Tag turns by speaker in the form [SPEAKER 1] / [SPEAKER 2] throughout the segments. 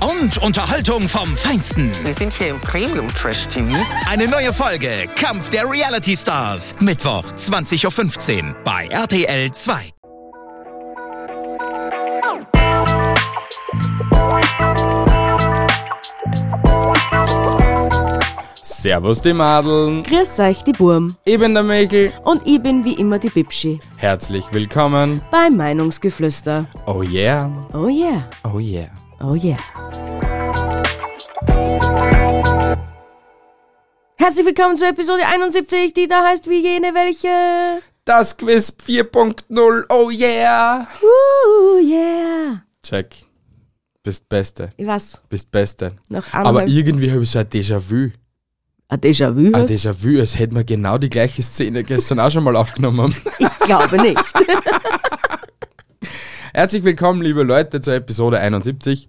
[SPEAKER 1] und Unterhaltung vom Feinsten.
[SPEAKER 2] Wir sind hier im Premium Trash TV.
[SPEAKER 1] Eine neue Folge Kampf der Reality Stars. Mittwoch, 20.15 Uhr bei RTL 2.
[SPEAKER 3] Servus die Madeln,
[SPEAKER 4] Grüß euch, die Burm.
[SPEAKER 3] ich bin der Michel.
[SPEAKER 4] Und ich bin wie immer die Bibschi.
[SPEAKER 3] Herzlich willkommen.
[SPEAKER 4] Bei Meinungsgeflüster.
[SPEAKER 3] Oh yeah,
[SPEAKER 4] Oh yeah,
[SPEAKER 3] oh yeah.
[SPEAKER 4] oh yeah. Herzlich willkommen zur Episode 71, die da heißt wie jene welche.
[SPEAKER 3] Das Quiz 4.0, oh yeah.
[SPEAKER 4] Uh, yeah.
[SPEAKER 3] Check, bist Beste,
[SPEAKER 4] Ich weiß,
[SPEAKER 3] bist Beste.
[SPEAKER 4] noch
[SPEAKER 3] Aber
[SPEAKER 4] einmal.
[SPEAKER 3] irgendwie habe ich so ein Déjà-vu.
[SPEAKER 4] ein Déjà-vu?
[SPEAKER 3] Ein
[SPEAKER 4] hast?
[SPEAKER 3] Déjà-vu, als hätten wir genau die gleiche Szene gestern auch schon mal aufgenommen.
[SPEAKER 4] Ich glaube nicht.
[SPEAKER 3] Herzlich willkommen, liebe Leute, zur Episode 71.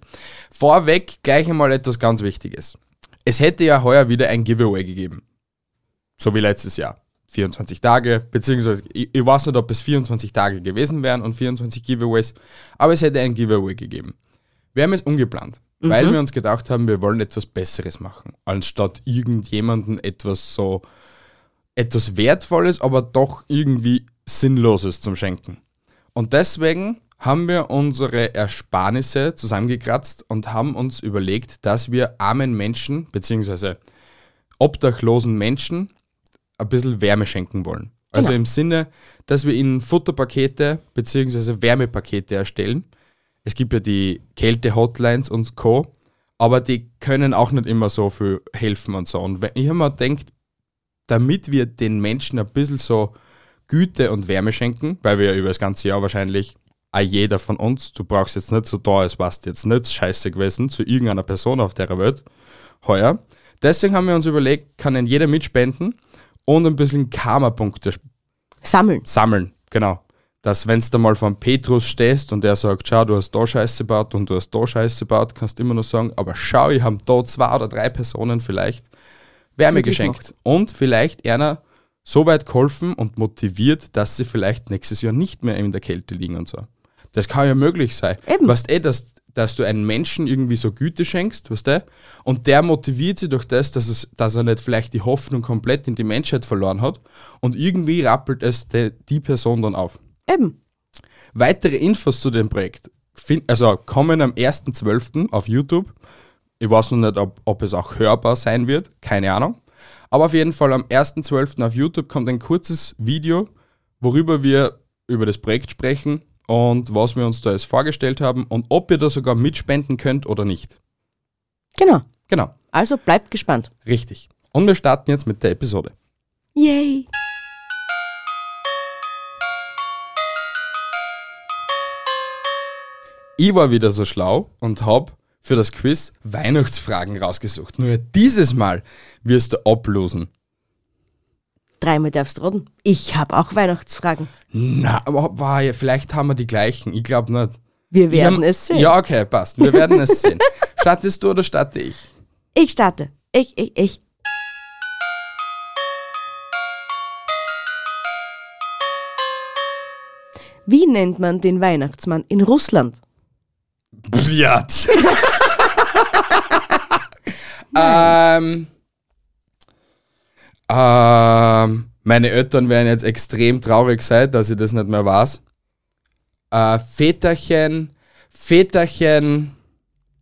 [SPEAKER 3] Vorweg gleich einmal etwas ganz Wichtiges. Es hätte ja heuer wieder ein Giveaway gegeben. So wie letztes Jahr. 24 Tage, beziehungsweise ich, ich weiß nicht, ob es 24 Tage gewesen wären und 24 Giveaways, aber es hätte ein Giveaway gegeben. Wir haben es umgeplant, weil wir uns gedacht haben, wir wollen etwas Besseres machen, anstatt irgendjemanden etwas so, etwas Wertvolles, aber doch irgendwie Sinnloses zum Schenken. Und deswegen haben wir unsere Ersparnisse zusammengekratzt und haben uns überlegt, dass wir armen Menschen bzw. obdachlosen Menschen ein bisschen Wärme schenken wollen. Also im Sinne, dass wir ihnen Futterpakete bzw. Wärmepakete erstellen. Es gibt ja die Kälte-Hotlines und Co., aber die können auch nicht immer so viel helfen und so. Und wenn- ich habe mir gedacht, damit wir den Menschen ein bisschen so Güte und Wärme schenken, weil wir ja über das ganze Jahr wahrscheinlich auch jeder von uns, du brauchst jetzt nicht so da, es warst jetzt nicht scheiße gewesen zu irgendeiner Person auf der Welt, heuer. Deswegen haben wir uns überlegt, kann denn jeder mitspenden und ein bisschen Karma-Punkte sp-
[SPEAKER 4] Sammeln.
[SPEAKER 3] sammeln, genau. Dass wenn du mal vor Petrus stehst und der sagt, schau, du hast da Scheiße gebaut und du hast da Scheiße gebaut, kannst du immer nur sagen, aber schau, ich habe da zwei oder drei Personen vielleicht Wärme
[SPEAKER 4] Glücklich
[SPEAKER 3] geschenkt. Und vielleicht einer so weit geholfen und motiviert, dass sie vielleicht nächstes Jahr nicht mehr in der Kälte liegen und so. Das kann ja möglich sein.
[SPEAKER 4] Eben.
[SPEAKER 3] Weißt eh, dass, dass du einem Menschen irgendwie so Güte schenkst, weißt du? Und der motiviert sie durch das, dass, es, dass er nicht vielleicht die Hoffnung komplett in die Menschheit verloren hat. Und irgendwie rappelt es de, die Person dann auf.
[SPEAKER 4] Eben.
[SPEAKER 3] Weitere Infos zu dem Projekt fin- also kommen am 1.12. auf YouTube. Ich weiß noch nicht, ob, ob es auch hörbar sein wird, keine Ahnung. Aber auf jeden Fall am 1.12. auf YouTube kommt ein kurzes Video, worüber wir über das Projekt sprechen und was wir uns da jetzt vorgestellt haben und ob ihr da sogar mitspenden könnt oder nicht.
[SPEAKER 4] Genau.
[SPEAKER 3] Genau,
[SPEAKER 4] Also bleibt gespannt.
[SPEAKER 3] richtig. Und wir starten jetzt mit der Episode.
[SPEAKER 4] Yay.
[SPEAKER 3] Ich war wieder so schlau und hab für das Quiz Weihnachtsfragen rausgesucht. Nur dieses Mal wirst du ablosen.
[SPEAKER 4] Dreimal darfst du roden. Ich habe auch Weihnachtsfragen.
[SPEAKER 3] Na, aber war ja, vielleicht haben wir die gleichen. Ich glaube nicht.
[SPEAKER 4] Wir
[SPEAKER 3] Ich
[SPEAKER 4] werden
[SPEAKER 3] hab-
[SPEAKER 4] es sehen.
[SPEAKER 3] Ja, okay, passt. Wir werden es sehen. Startest du oder starte ich?
[SPEAKER 4] Ich starte. Ich, ich, ich. Wie nennt man den Weihnachtsmann in Russland?
[SPEAKER 3] Bjat. ähm, ähm, meine Eltern werden jetzt extrem traurig sein, dass ich das nicht mehr weiß. Äh, Väterchen, Väterchen,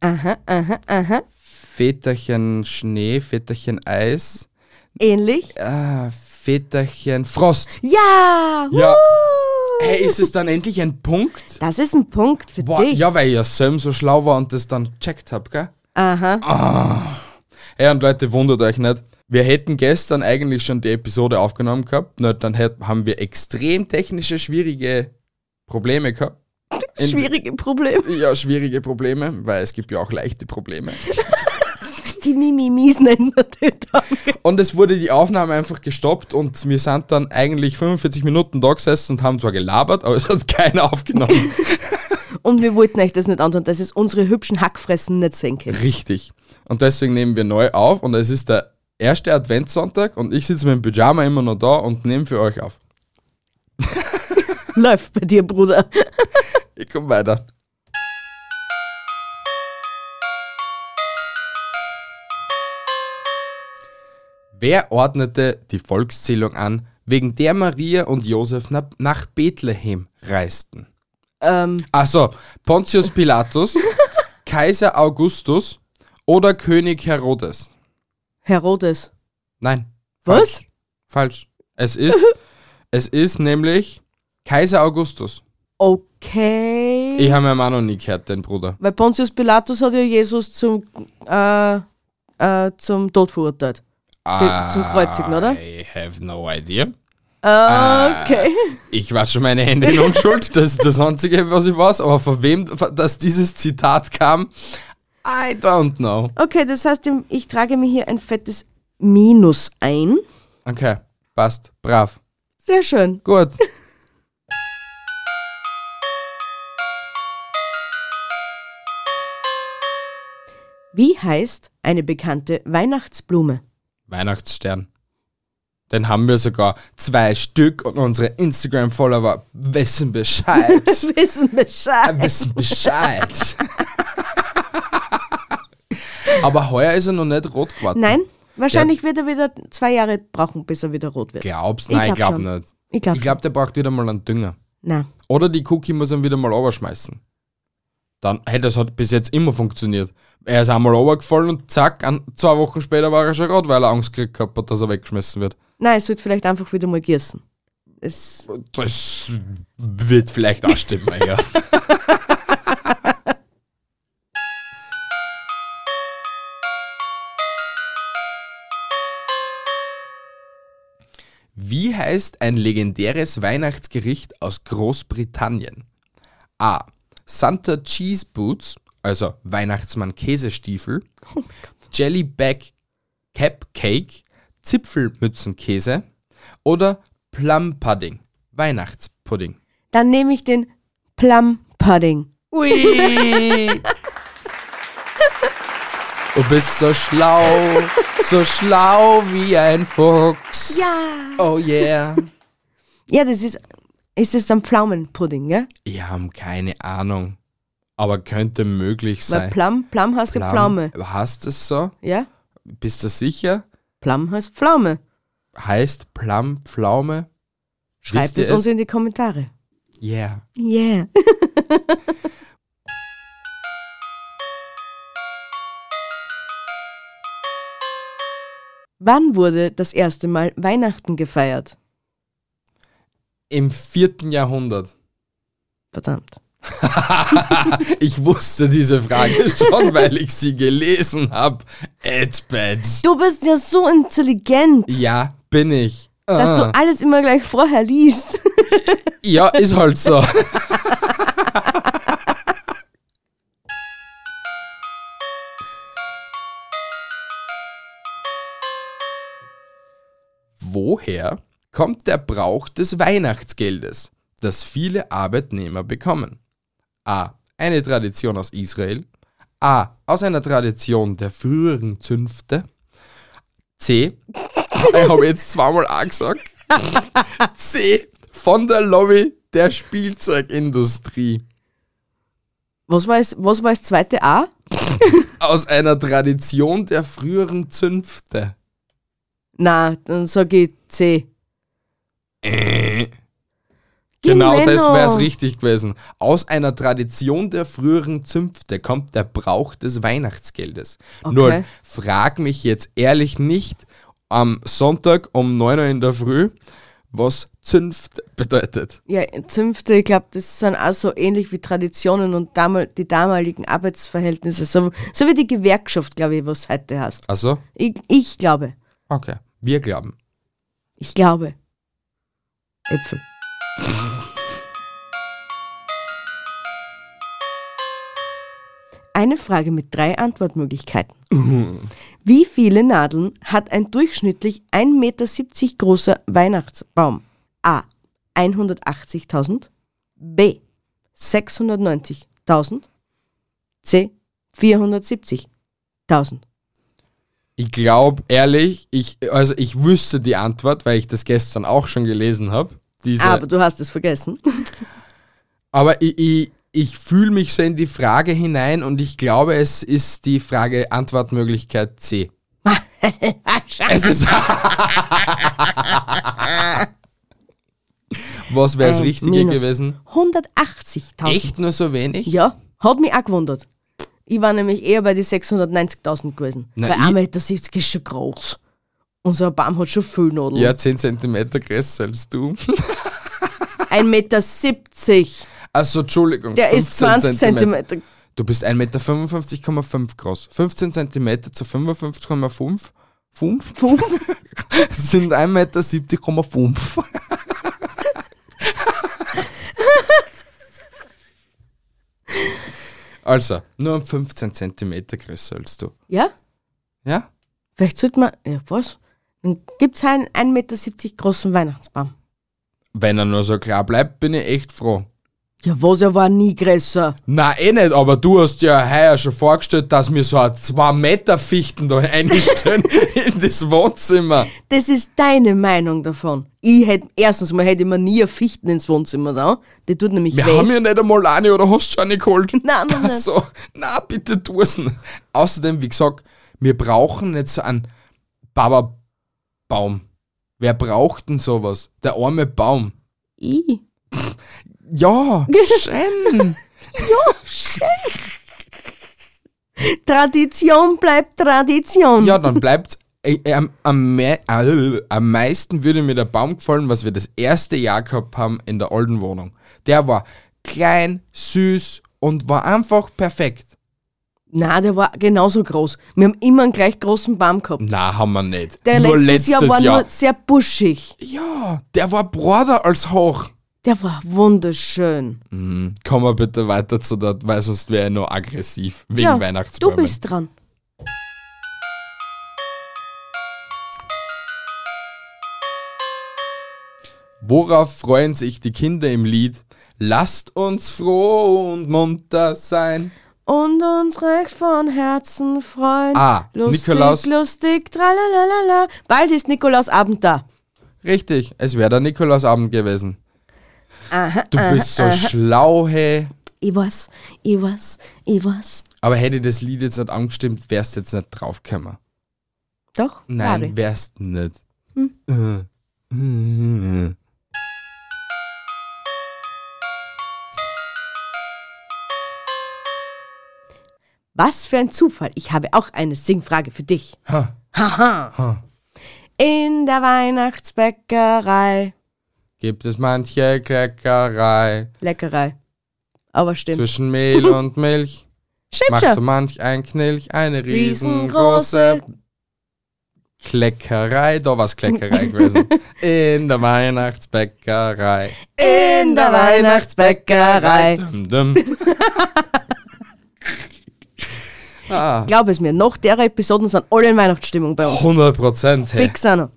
[SPEAKER 4] Aha, aha, aha.
[SPEAKER 3] Väterchen Schnee, Väterchen Eis,
[SPEAKER 4] Ähnlich?
[SPEAKER 3] äh, Väterchen Frost.
[SPEAKER 4] Ja!
[SPEAKER 3] Ja.
[SPEAKER 4] wuhu!
[SPEAKER 3] Hey, ist es dann endlich ein Punkt?
[SPEAKER 4] Das ist ein Punkt für
[SPEAKER 3] Boah,
[SPEAKER 4] dich.
[SPEAKER 3] ja, weil ich ja selbst so schlau war und das dann gecheckt hab, gell? Ah.
[SPEAKER 4] Aha.
[SPEAKER 3] Ja, und Leute, wundert euch nicht. Wir hätten gestern eigentlich schon die Episode aufgenommen gehabt. Na, dann hätt, haben wir extrem technische, schwierige Probleme gehabt. Ent-
[SPEAKER 4] Schwierige Probleme.
[SPEAKER 3] Ja, schwierige Probleme, weil es gibt ja auch leichte Probleme.
[SPEAKER 4] Die Mimimis nennen wir den dann.
[SPEAKER 3] Und es wurde die Aufnahme einfach gestoppt und wir sind dann eigentlich 45 Minuten da gesessen und haben zwar gelabert, aber es hat keiner aufgenommen.
[SPEAKER 4] Und wir wollten euch das nicht antun, dass es unsere hübschen Hackfressen nicht sehen könnt.
[SPEAKER 3] Richtig. Und deswegen nehmen wir neu auf und es ist der erste Adventssonntag und ich sitze mit dem Pyjama immer noch da und nehme für euch auf.
[SPEAKER 4] Läuft bei dir, Bruder.
[SPEAKER 3] Ich komme weiter. Wer ordnete die Volkszählung an, wegen der Maria und Josef na- nach Bethlehem reisten?
[SPEAKER 4] Ähm,
[SPEAKER 3] Also Pontius Pilatus, Kaiser Augustus oder König Herodes?
[SPEAKER 4] Herodes.
[SPEAKER 3] Nein.
[SPEAKER 4] Was?
[SPEAKER 3] Falsch. Falsch. Es ist, es ist nämlich Kaiser Augustus.
[SPEAKER 4] Okay.
[SPEAKER 3] Ich habe meinen auch noch nie gehört, den Bruder.
[SPEAKER 4] Weil Pontius Pilatus hat ja Jesus zum, äh, äh, zum Tod verurteilt. Ge- Zum Kreuzigen, oder?
[SPEAKER 3] I have no idea.
[SPEAKER 4] Okay.
[SPEAKER 3] Ich wasche meine Hände in Unschuld, das ist das Einzige, was ich weiß, aber von wem dass dieses Zitat kam, I don't know.
[SPEAKER 4] Okay, das heißt, ich trage mir hier ein fettes Minus ein.
[SPEAKER 3] Okay, passt, brav,
[SPEAKER 4] Sehr schön.
[SPEAKER 3] gut.
[SPEAKER 4] Wie heißt eine bekannte Weihnachtsblume?
[SPEAKER 3] Weihnachtsstern. Den haben wir sogar zwei Stück und unsere Instagram-Follower wissen Bescheid.
[SPEAKER 4] Wissen Bescheid.
[SPEAKER 3] Äh, wissen Bescheid. Aber heuer ist er noch nicht rot geworden.
[SPEAKER 4] Nein, wahrscheinlich wird er wieder zwei Jahre brauchen, bis er wieder rot wird.
[SPEAKER 3] Glaubst
[SPEAKER 4] Ich
[SPEAKER 3] Nein, ich
[SPEAKER 4] glaub
[SPEAKER 3] glaub
[SPEAKER 4] schon.
[SPEAKER 3] nicht.
[SPEAKER 4] Ich glaube
[SPEAKER 3] Ich glaube, der braucht wieder mal einen Dünger.
[SPEAKER 4] Na,
[SPEAKER 3] Oder die Cookie muss ihn wieder mal runterschmeißen. Dann, hey, das hat bis jetzt immer funktioniert. Er ist einmal runtergefallen und zack, an, zwei Wochen später war er schon rot, weil er Angst gekriegt gehabt hat, dass er weggeschmissen wird.
[SPEAKER 4] nein, es wird vielleicht einfach wieder mal gießen. Es,
[SPEAKER 3] Das wird vielleicht auch stimmen, ja. Wie heißt ein legendäres Weihnachtsgericht aus Großbritannien? A. Santa Cheese Boots, also Weihnachtsmann Käsestiefel, Jellyback Capcake, Zipfelmützenkäse oder Plum Pudding, Weihnachtspudding.
[SPEAKER 4] dann nehme ich den Plum Pudding.
[SPEAKER 3] Ui! Du bist so schlau, so schlau wie ein Fuchs.
[SPEAKER 4] Ja.
[SPEAKER 3] Oh yeah.
[SPEAKER 4] Ja, das ist, ist das dann Pflaumenpudding, gell?
[SPEAKER 3] Ich habe keine Ahnung, aber könnte möglich
[SPEAKER 4] Weil
[SPEAKER 3] sein.
[SPEAKER 4] Plum, Plum heißt ja Pflaume.
[SPEAKER 3] Hast es so?
[SPEAKER 4] Ja?
[SPEAKER 3] Bist du sicher?
[SPEAKER 4] Plum heißt Pflaume.
[SPEAKER 3] Heißt Plum Pflaume?
[SPEAKER 4] Schreibt
[SPEAKER 3] Wisst ihr
[SPEAKER 4] es uns in die Kommentare.
[SPEAKER 3] Yeah.
[SPEAKER 4] Yeah. Wann wurde das erste Mal Weihnachten gefeiert?
[SPEAKER 3] Im vierten Jahrhundert.
[SPEAKER 4] Verdammt.
[SPEAKER 3] Ich wusste diese Frage schon, weil ich sie gelesen habe. Edbeds.
[SPEAKER 4] Du bist ja so intelligent,
[SPEAKER 3] Ja, bin ich.
[SPEAKER 4] dass
[SPEAKER 3] Ah.
[SPEAKER 4] du alles immer gleich vorher liest.
[SPEAKER 3] Ja, ist halt so. Woher kommt der Brauch des Weihnachtsgeldes, das viele Arbeitnehmer bekommen? A. Eine Tradition aus Israel. A. Aus einer Tradition der früheren Zünfte. C. Ich habe jetzt zweimal A gesagt. C. Von der Lobby der Spielzeugindustrie.
[SPEAKER 4] Was war es, was war es zweite A?
[SPEAKER 3] Aus einer Tradition der früheren Zünfte.
[SPEAKER 4] Na, dann sag ich C.
[SPEAKER 3] Äh. Genau das
[SPEAKER 4] Menno.
[SPEAKER 3] wäre es richtig gewesen. Aus einer Tradition der früheren Zünfte kommt der Brauch des Weihnachtsgeldes.
[SPEAKER 4] Okay.
[SPEAKER 3] Nur frag mich jetzt ehrlich nicht am Sonntag um 9 Uhr in der Früh, was Zünfte bedeutet.
[SPEAKER 4] Ja, Zünfte, ich glaube, das sind auch so ähnlich wie Traditionen und damal die damaligen Arbeitsverhältnisse. So, so wie die Gewerkschaft, glaube ich, was heute hast.
[SPEAKER 3] Also,
[SPEAKER 4] Ich, ich glaube.
[SPEAKER 3] okay. Wir glauben.
[SPEAKER 4] Ich glaube. Äpfel. Eine Frage mit drei Antwortmöglichkeiten. Wie viele Nadeln hat ein durchschnittlich 1,70 Meter großer Weihnachtsbaum? A. 180.000 B. 690.000 C. 470.000
[SPEAKER 3] Ich glaube, ehrlich, ich, also ich wüsste die Antwort, weil ich das gestern auch schon gelesen habe.
[SPEAKER 4] Aber du hast es vergessen.
[SPEAKER 3] Aber ich, ich, ich fühle mich so in die Frage hinein und ich glaube, es ist die Frage Antwortmöglichkeit C. es ist. Was wäre das
[SPEAKER 4] Ähm,
[SPEAKER 3] Richtige
[SPEAKER 4] minus.
[SPEAKER 3] gewesen?
[SPEAKER 4] 180.000.
[SPEAKER 3] Echt nur so wenig?
[SPEAKER 4] Ja, hat mich auch gewundert. Ich war nämlich eher bei die 690.000 gewesen.
[SPEAKER 3] Na,
[SPEAKER 4] weil
[SPEAKER 3] ich-
[SPEAKER 4] 1,70 Meter ist schon groß. Und so ein Baum hat schon viel Nadeln.
[SPEAKER 3] Ja, 10 cm größer als du.
[SPEAKER 4] 1,70 Meter.
[SPEAKER 3] Achso, Also, Entschuldigung.
[SPEAKER 4] Der ist 20
[SPEAKER 3] Zentimeter.
[SPEAKER 4] Zentimeter.
[SPEAKER 3] Du bist 1,55,5 Meter groß. 15 cm zu 55,5 fünf sind 1,70,5 Meter. Also, nur um 15 cm größer als du.
[SPEAKER 4] Ja?
[SPEAKER 3] Ja?
[SPEAKER 4] Vielleicht sollte man. Ja, was? Dann gibt es einen 1,70 Meter großen Weihnachtsbaum.
[SPEAKER 3] Wenn er nur so klar bleibt, bin ich echt froh.
[SPEAKER 4] Ja, was? Er war nie größer.
[SPEAKER 3] Na eh nicht, aber du hast ja heuer schon vorgestellt, dass mir so ein 2 Meter Fichten da eingestellt in das Wohnzimmer.
[SPEAKER 4] Das ist deine Meinung davon. Ich hätte, erstens mal hätte ich mir nie eine Fichten ins Wohnzimmer da. Die tut nämlich
[SPEAKER 3] Wir
[SPEAKER 4] weh.
[SPEAKER 3] haben ja nicht einmal eine oder hast du eine geholt?
[SPEAKER 4] Nein, nein, nein.
[SPEAKER 3] Also, na bitte tu es nicht. Außerdem, wie gesagt, wir brauchen nicht so einen Baba-Baum. Wer braucht denn sowas? Der arme Baum.
[SPEAKER 4] ich.
[SPEAKER 3] Ja, schön.
[SPEAKER 4] Tradition bleibt Tradition.
[SPEAKER 3] ja, dann bleibt äh, am, am, me- äh, am meisten würde mir der Baum gefallen, was wir das erste Jahr gehabt haben in der alten Wohnung. Der war klein, süß und war einfach perfekt.
[SPEAKER 4] Nein, der war genauso groß. Wir haben immer einen gleich großen Baum gehabt.
[SPEAKER 3] Na, haben wir nicht.
[SPEAKER 4] Der
[SPEAKER 3] Nur
[SPEAKER 4] letztes Jahr war nur sehr buschig.
[SPEAKER 3] Ja, der war broader als hoch.
[SPEAKER 4] Der war wunderschön.
[SPEAKER 3] Komm mal bitte weiter zu dort, weil sonst wäre er nur aggressiv wegen
[SPEAKER 4] ja,
[SPEAKER 3] Weihnachtsbäumen.
[SPEAKER 4] Du bist dran.
[SPEAKER 3] Worauf freuen sich die Kinder im Lied? Lasst uns froh und munter sein.
[SPEAKER 4] Und uns recht von Herzen freuen.
[SPEAKER 3] Ah,
[SPEAKER 4] lustig,
[SPEAKER 3] Nikolaus.
[SPEAKER 4] Lustig, tralalala. Bald ist Nikolausabend da.
[SPEAKER 3] Richtig, es wäre der Nikolausabend gewesen.
[SPEAKER 4] Aha,
[SPEAKER 3] Du bist
[SPEAKER 4] äh,
[SPEAKER 3] so schlau, hey.
[SPEAKER 4] ich weiß, ich weiß, ich weiß.
[SPEAKER 3] Aber hätte ich das Lied jetzt nicht angestimmt, wärst jetzt nicht draufgekommen.
[SPEAKER 4] Doch?
[SPEAKER 3] Nein,
[SPEAKER 4] Gabi.
[SPEAKER 3] wärst nicht.
[SPEAKER 4] Was für ein Zufall. Ich habe auch eine Singfrage für dich.
[SPEAKER 3] Ha.
[SPEAKER 4] Haha.
[SPEAKER 3] Ha.
[SPEAKER 4] In der Weihnachtsbäckerei.
[SPEAKER 3] Gibt es manche Kleckerei
[SPEAKER 4] Leckerei. Aber stimmt.
[SPEAKER 3] zwischen Mehl und Milch?
[SPEAKER 4] Stimmt
[SPEAKER 3] macht so
[SPEAKER 4] schon.
[SPEAKER 3] manch ein Knilch eine
[SPEAKER 4] Riesengroße-
[SPEAKER 3] riesengroße Kleckerei. Da war es Kleckerei gewesen. In der Weihnachtsbäckerei.
[SPEAKER 4] In der Weihnachtsbäckerei.
[SPEAKER 3] Dum, dum. ah,
[SPEAKER 4] Glaub es mir, nach der Episoden sind alle in Weihnachtsstimmung bei uns.
[SPEAKER 3] 100 Prozent. Hey.
[SPEAKER 4] Fix auch noch.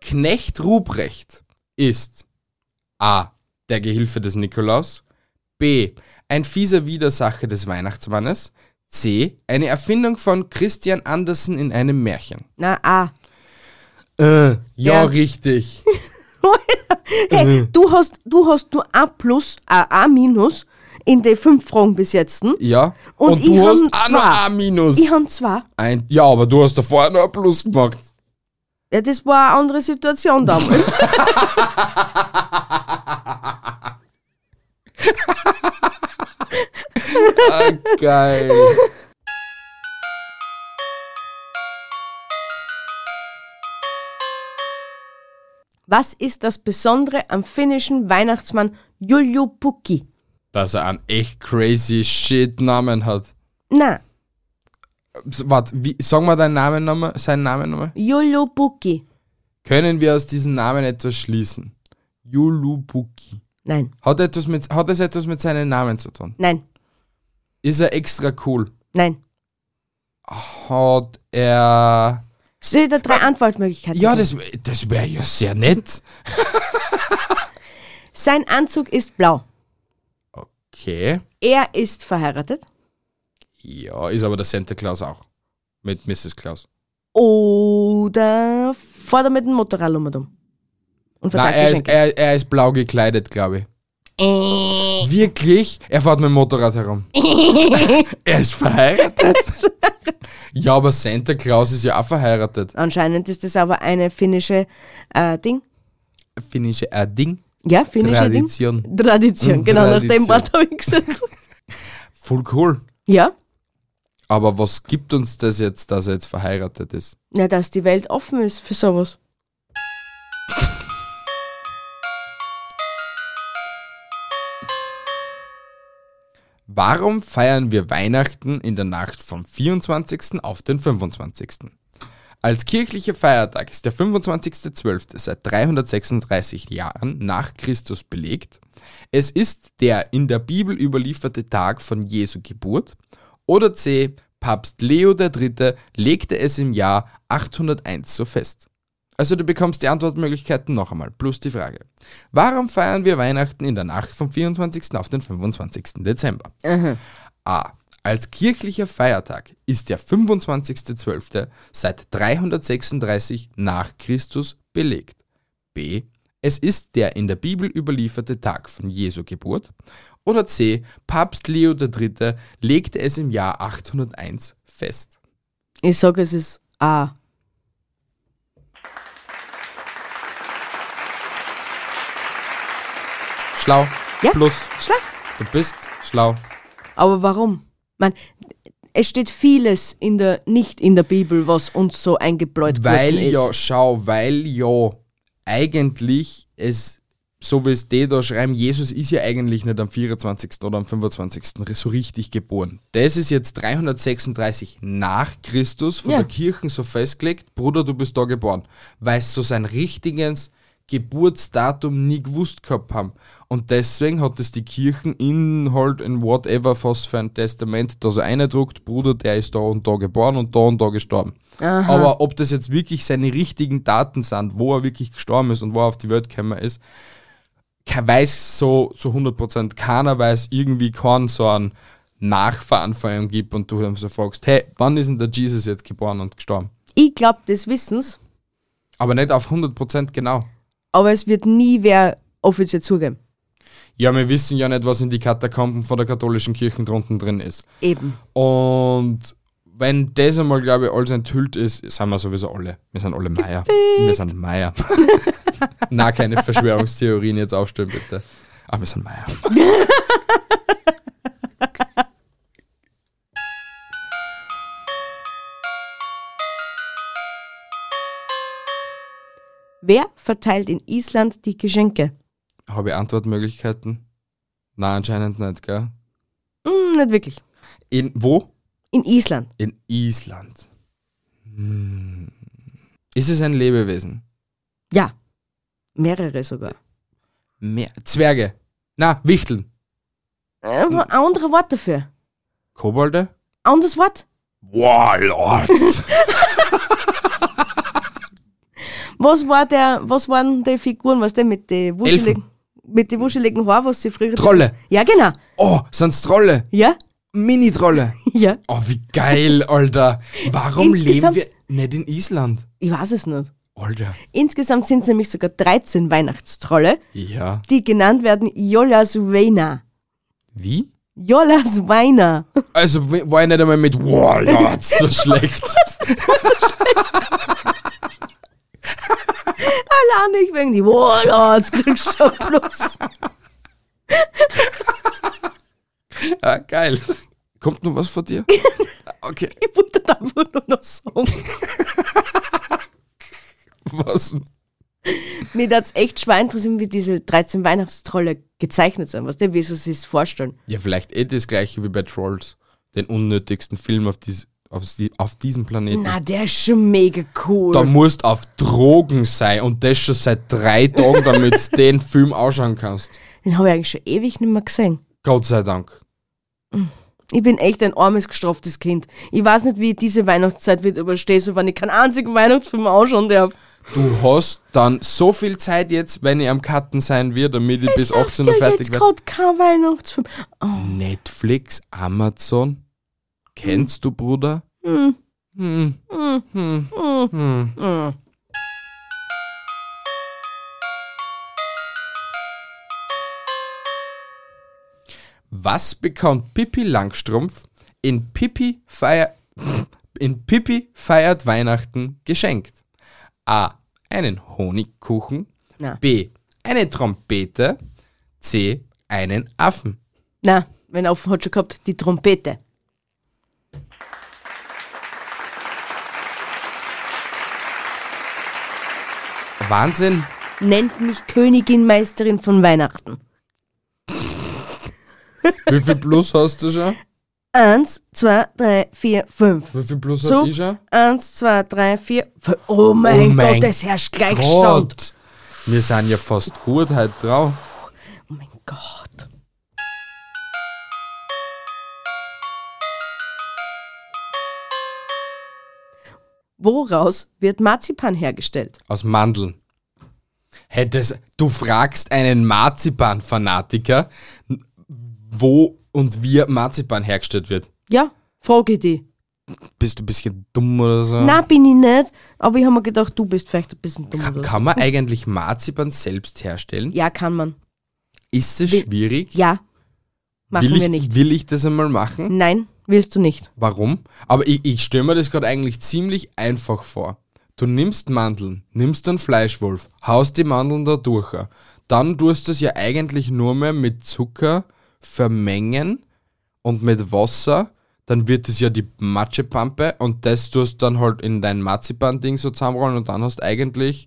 [SPEAKER 3] Knecht Ruprecht ist A. Der Gehilfe des Nikolaus. B. Ein fieser Widersacher des Weihnachtsmannes. C. Eine Erfindung von Christian Andersen in einem Märchen.
[SPEAKER 4] Na, ah.
[SPEAKER 3] Äh, ja,
[SPEAKER 4] Ja.
[SPEAKER 3] richtig. Mhm.
[SPEAKER 4] Hey, du hast, du hast nur A plus, A, A minus in den fünf Fragen bis jetzt.
[SPEAKER 3] Ja. Und,
[SPEAKER 4] Und ich
[SPEAKER 3] du hast
[SPEAKER 4] hab
[SPEAKER 3] auch noch
[SPEAKER 4] zwei.
[SPEAKER 3] A minus.
[SPEAKER 4] Ich habe zwei.
[SPEAKER 3] Ein, ja, aber du hast davor noch ein Plus gemacht.
[SPEAKER 4] Ja, das war eine andere Situation damals.
[SPEAKER 3] Ah, geil.
[SPEAKER 4] Was ist das Besondere am finnischen Weihnachtsmann Julju Pukki?
[SPEAKER 3] Dass er einen echt crazy shit Namen hat.
[SPEAKER 4] Na,
[SPEAKER 3] Warte, wie, sag mal deinen Namen nochmal, seinen Namen nochmal.
[SPEAKER 4] Julju Pukki.
[SPEAKER 3] Können wir aus diesem Namen etwas schließen? Yulubuki.
[SPEAKER 4] Nein,
[SPEAKER 3] Hat, etwas mit, hat es etwas mit seinem Namen zu tun?
[SPEAKER 4] nein,
[SPEAKER 3] Ist er extra cool?
[SPEAKER 4] nein.
[SPEAKER 3] Hat er.
[SPEAKER 4] Soll ich da drei Antwortmöglichkeiten
[SPEAKER 3] Ja,
[SPEAKER 4] geben?
[SPEAKER 3] das, das wäre ja sehr nett.
[SPEAKER 4] Sein Anzug ist blau.
[SPEAKER 3] Okay.
[SPEAKER 4] Er ist verheiratet.
[SPEAKER 3] Ja, ist aber der Santa Claus auch. Mit Mrs. Claus.
[SPEAKER 4] Oder fährt er mit dem Motorrad um und um. Und
[SPEAKER 3] Nein,
[SPEAKER 4] verteilt
[SPEAKER 3] er ist,
[SPEAKER 4] Geschenke.
[SPEAKER 3] er, er ist blau gekleidet, glaube ich. Wirklich? Er fährt mit dem Motorrad herum. Äh. er ist verheiratet? ja, aber Santa Claus ist ja auch verheiratet.
[SPEAKER 4] Anscheinend ist das aber eine finnische äh, Ding.
[SPEAKER 3] Finnische äh, Ding.
[SPEAKER 4] Ja, finnische
[SPEAKER 3] Tradition.
[SPEAKER 4] Ding. Tradition. Genau, nach
[SPEAKER 3] Tradition.
[SPEAKER 4] dem Wort habe ich gesagt.
[SPEAKER 3] Voll cool.
[SPEAKER 4] ja.
[SPEAKER 3] Aber was gibt uns das jetzt, dass er jetzt verheiratet ist?
[SPEAKER 4] Na, dass die Welt offen ist für sowas.
[SPEAKER 3] Warum feiern wir Weihnachten in der Nacht vom 24. auf den 25.? Als kirchlicher Feiertag ist der 25.12. seit 336 Jahren nach Christus belegt. Es ist der in der Bibel überlieferte Tag von Jesu Geburt. Oder C. Papst Leo III. legte es im Jahr 801 so fest. Also du bekommst die Antwortmöglichkeiten noch einmal, plus die Frage. Warum feiern wir Weihnachten in der Nacht vom 24. auf den 25. Dezember? A. Als kirchlicher Feiertag ist der 25.12. seit 336 nach Christus belegt. B. Es ist der in der Bibel überlieferte Tag von Jesu Geburt. Oder C. Papst Leo III. legte es im Jahr 801 fest.
[SPEAKER 4] Ich sage, es ist A.
[SPEAKER 3] Schlau.
[SPEAKER 4] Ja.
[SPEAKER 3] Plus.
[SPEAKER 4] Schlag.
[SPEAKER 3] Du bist schlau.
[SPEAKER 4] Aber warum? Man, es steht vieles in der, nicht in der Bibel, was uns so eingebläut
[SPEAKER 3] Weil
[SPEAKER 4] worden ist.
[SPEAKER 3] ja, schau, weil ja eigentlich es, so wie es die da schreiben, Jesus ist ja eigentlich nicht am 24. oder am 25. so richtig geboren. Das ist jetzt 336 nach Christus von
[SPEAKER 4] Ja.
[SPEAKER 3] der Kirche so festgelegt, Bruder, du bist da geboren. Weil es so sein richtiges Geburtsdatum nie gewusst gehabt haben. Und deswegen hat es die Kirchen in halt in whatever was für ein Testament da so eindruckt, Bruder, der ist da und da geboren und da und da gestorben. Aber ob das jetzt wirklich seine richtigen Daten sind, wo er wirklich gestorben ist und wo er auf die Welt gekommen ist, ke- weiß so zu 100%, keiner weiß irgendwie keinen so einen Nachfahren von ihm gibt und du ihm so fragst, hey, wann ist denn der Jesus jetzt geboren und gestorben?
[SPEAKER 4] Ich glaube des Wissens,
[SPEAKER 3] Aber nicht auf 100% genau.
[SPEAKER 4] aber es wird nie wer offiziell zugeben.
[SPEAKER 3] Ja, wir wissen ja nicht, was in die Katakomben von der katholischen Kirche drunten drin ist.
[SPEAKER 4] Eben.
[SPEAKER 3] Und wenn das einmal, glaube ich, alles enthüllt ist, sind wir sowieso alle. Wir sind alle Meier. Wir sind Meier. Na, keine Verschwörungstheorien jetzt aufstellen, bitte. Aber wir sind Meier.
[SPEAKER 4] Wer verteilt in Island die Geschenke?
[SPEAKER 3] Habe ich Antwortmöglichkeiten? Na, anscheinend nicht, gell?
[SPEAKER 4] Hm, nicht wirklich.
[SPEAKER 3] In wo?
[SPEAKER 4] In Island.
[SPEAKER 3] In Island. Hm. Ist es ein Lebewesen?
[SPEAKER 4] Ja. Mehrere sogar.
[SPEAKER 3] Mehr. Zwerge. Na, Wichteln.
[SPEAKER 4] Äh, ein anderes Wort dafür.
[SPEAKER 3] Kobolde?
[SPEAKER 4] Anderes Wort.
[SPEAKER 3] Warlords.
[SPEAKER 4] Was, war der, was waren die Figuren, was denn mit den wuscheligen, mit den wuscheligen Haaren, was sie früher...
[SPEAKER 3] Trolle.
[SPEAKER 4] Ja, genau.
[SPEAKER 3] Oh, sind's Trolle.
[SPEAKER 4] Ja,
[SPEAKER 3] Mini-Trolle.
[SPEAKER 4] ja.
[SPEAKER 3] Oh, wie geil, Alter. Warum leben
[SPEAKER 4] Insgesamt-
[SPEAKER 3] wir nicht in Island?
[SPEAKER 4] Ich weiß es nicht.
[SPEAKER 3] Alter.
[SPEAKER 4] Insgesamt sind es nämlich sogar 13 Weihnachtstrolle,
[SPEAKER 3] Ja.
[SPEAKER 4] die genannt werden Jolasweina.
[SPEAKER 3] Wie?
[SPEAKER 4] Jolasweina.
[SPEAKER 3] Also w- war ich nicht einmal mit Warlords so schlecht.
[SPEAKER 4] Allein nicht wegen die Warlords kriegst du schon bloß.
[SPEAKER 3] Ah, geil. Kommt noch was von dir? Okay.
[SPEAKER 4] Ich wollte da wohl nur noch sagen.
[SPEAKER 3] Was? denn?
[SPEAKER 4] Mir hat's echt schwer interessiert, wie diese 13 Weihnachtstrolle gezeichnet sind. Was der wie sie sich vorstellen.
[SPEAKER 3] Ja, vielleicht eh das gleiche wie bei Trolls. Den unnötigsten Film auf, dies, auf, sie- auf diesem Planeten.
[SPEAKER 4] Na, der ist schon mega cool.
[SPEAKER 3] Da musst auf Drogen sein und das schon seit drei Tagen, damit du den Film ausschauen kannst.
[SPEAKER 4] Den habe ich eigentlich schon ewig nicht mehr gesehen.
[SPEAKER 3] Gott sei Dank.
[SPEAKER 4] Ich bin echt ein armes, gestraftes Kind. Ich weiß nicht, wie ich diese Weihnachtszeit wieder überstehe, so wenn ich keinen einzigen Weihnachtsfilm anschauen darf.
[SPEAKER 3] Du hast dann so viel Zeit jetzt, wenn ich am Cutten sein will, damit ich bis 18 Uhr
[SPEAKER 4] ja
[SPEAKER 3] fertig
[SPEAKER 4] jetzt
[SPEAKER 3] werde.
[SPEAKER 4] gerade kein Weihnachtsfilm. Oh.
[SPEAKER 3] Netflix, Amazon. Kennst du, Bruder? Hm. Was bekommt Pippi Langstrumpf in Pippi, feier in Pippi feiert Weihnachten geschenkt? A. Einen Honigkuchen.
[SPEAKER 4] Na.
[SPEAKER 3] B. Eine Trompete. C. Einen Affen.
[SPEAKER 4] Na, wenn auf hat schon gehabt, die Trompete.
[SPEAKER 3] Wahnsinn.
[SPEAKER 4] Nennt mich Königin, Meisterin von Weihnachten.
[SPEAKER 3] Wie viel Plus hast du schon?
[SPEAKER 4] Eins, zwei, drei, vier, fünf.
[SPEAKER 3] Wie viel Plus
[SPEAKER 4] So,
[SPEAKER 3] hab ich schon?
[SPEAKER 4] eins, zwei, drei, vier, fünf. Oh mein,
[SPEAKER 3] Oh mein
[SPEAKER 4] Gott, es herrscht Gleichstand.
[SPEAKER 3] Wir sind ja fast gut heute drauf.
[SPEAKER 4] Oh mein Gott. Woraus wird Marzipan hergestellt?
[SPEAKER 3] Aus Mandeln. Hättest, du fragst einen Marzipan-Fanatiker, wo und wie Marzipan hergestellt wird.
[SPEAKER 4] Ja, frage ich dich.
[SPEAKER 3] Bist du ein bisschen dumm oder so?
[SPEAKER 4] Nein, bin ich nicht, aber ich habe mir gedacht, du bist vielleicht ein bisschen dumm. Oder? so.
[SPEAKER 3] Kann man eigentlich Marzipan selbst herstellen?
[SPEAKER 4] Ja, kann man.
[SPEAKER 3] Ist es
[SPEAKER 4] Will-
[SPEAKER 3] schwierig?
[SPEAKER 4] Ja. Machen
[SPEAKER 3] will ich,
[SPEAKER 4] wir nicht.
[SPEAKER 3] Will ich das einmal machen?
[SPEAKER 4] Nein, willst du nicht.
[SPEAKER 3] Warum? Aber ich, ich stelle mir das gerade eigentlich ziemlich einfach vor. Du nimmst Mandeln, nimmst einen Fleischwolf, haust die Mandeln da durch. Dann tust du es ja eigentlich nur mehr mit Zucker vermengen und mit Wasser. Dann wird es ja die Matschepampe und das tust du dann halt in dein Marzipan-Ding so zusammenrollen und dann hast du eigentlich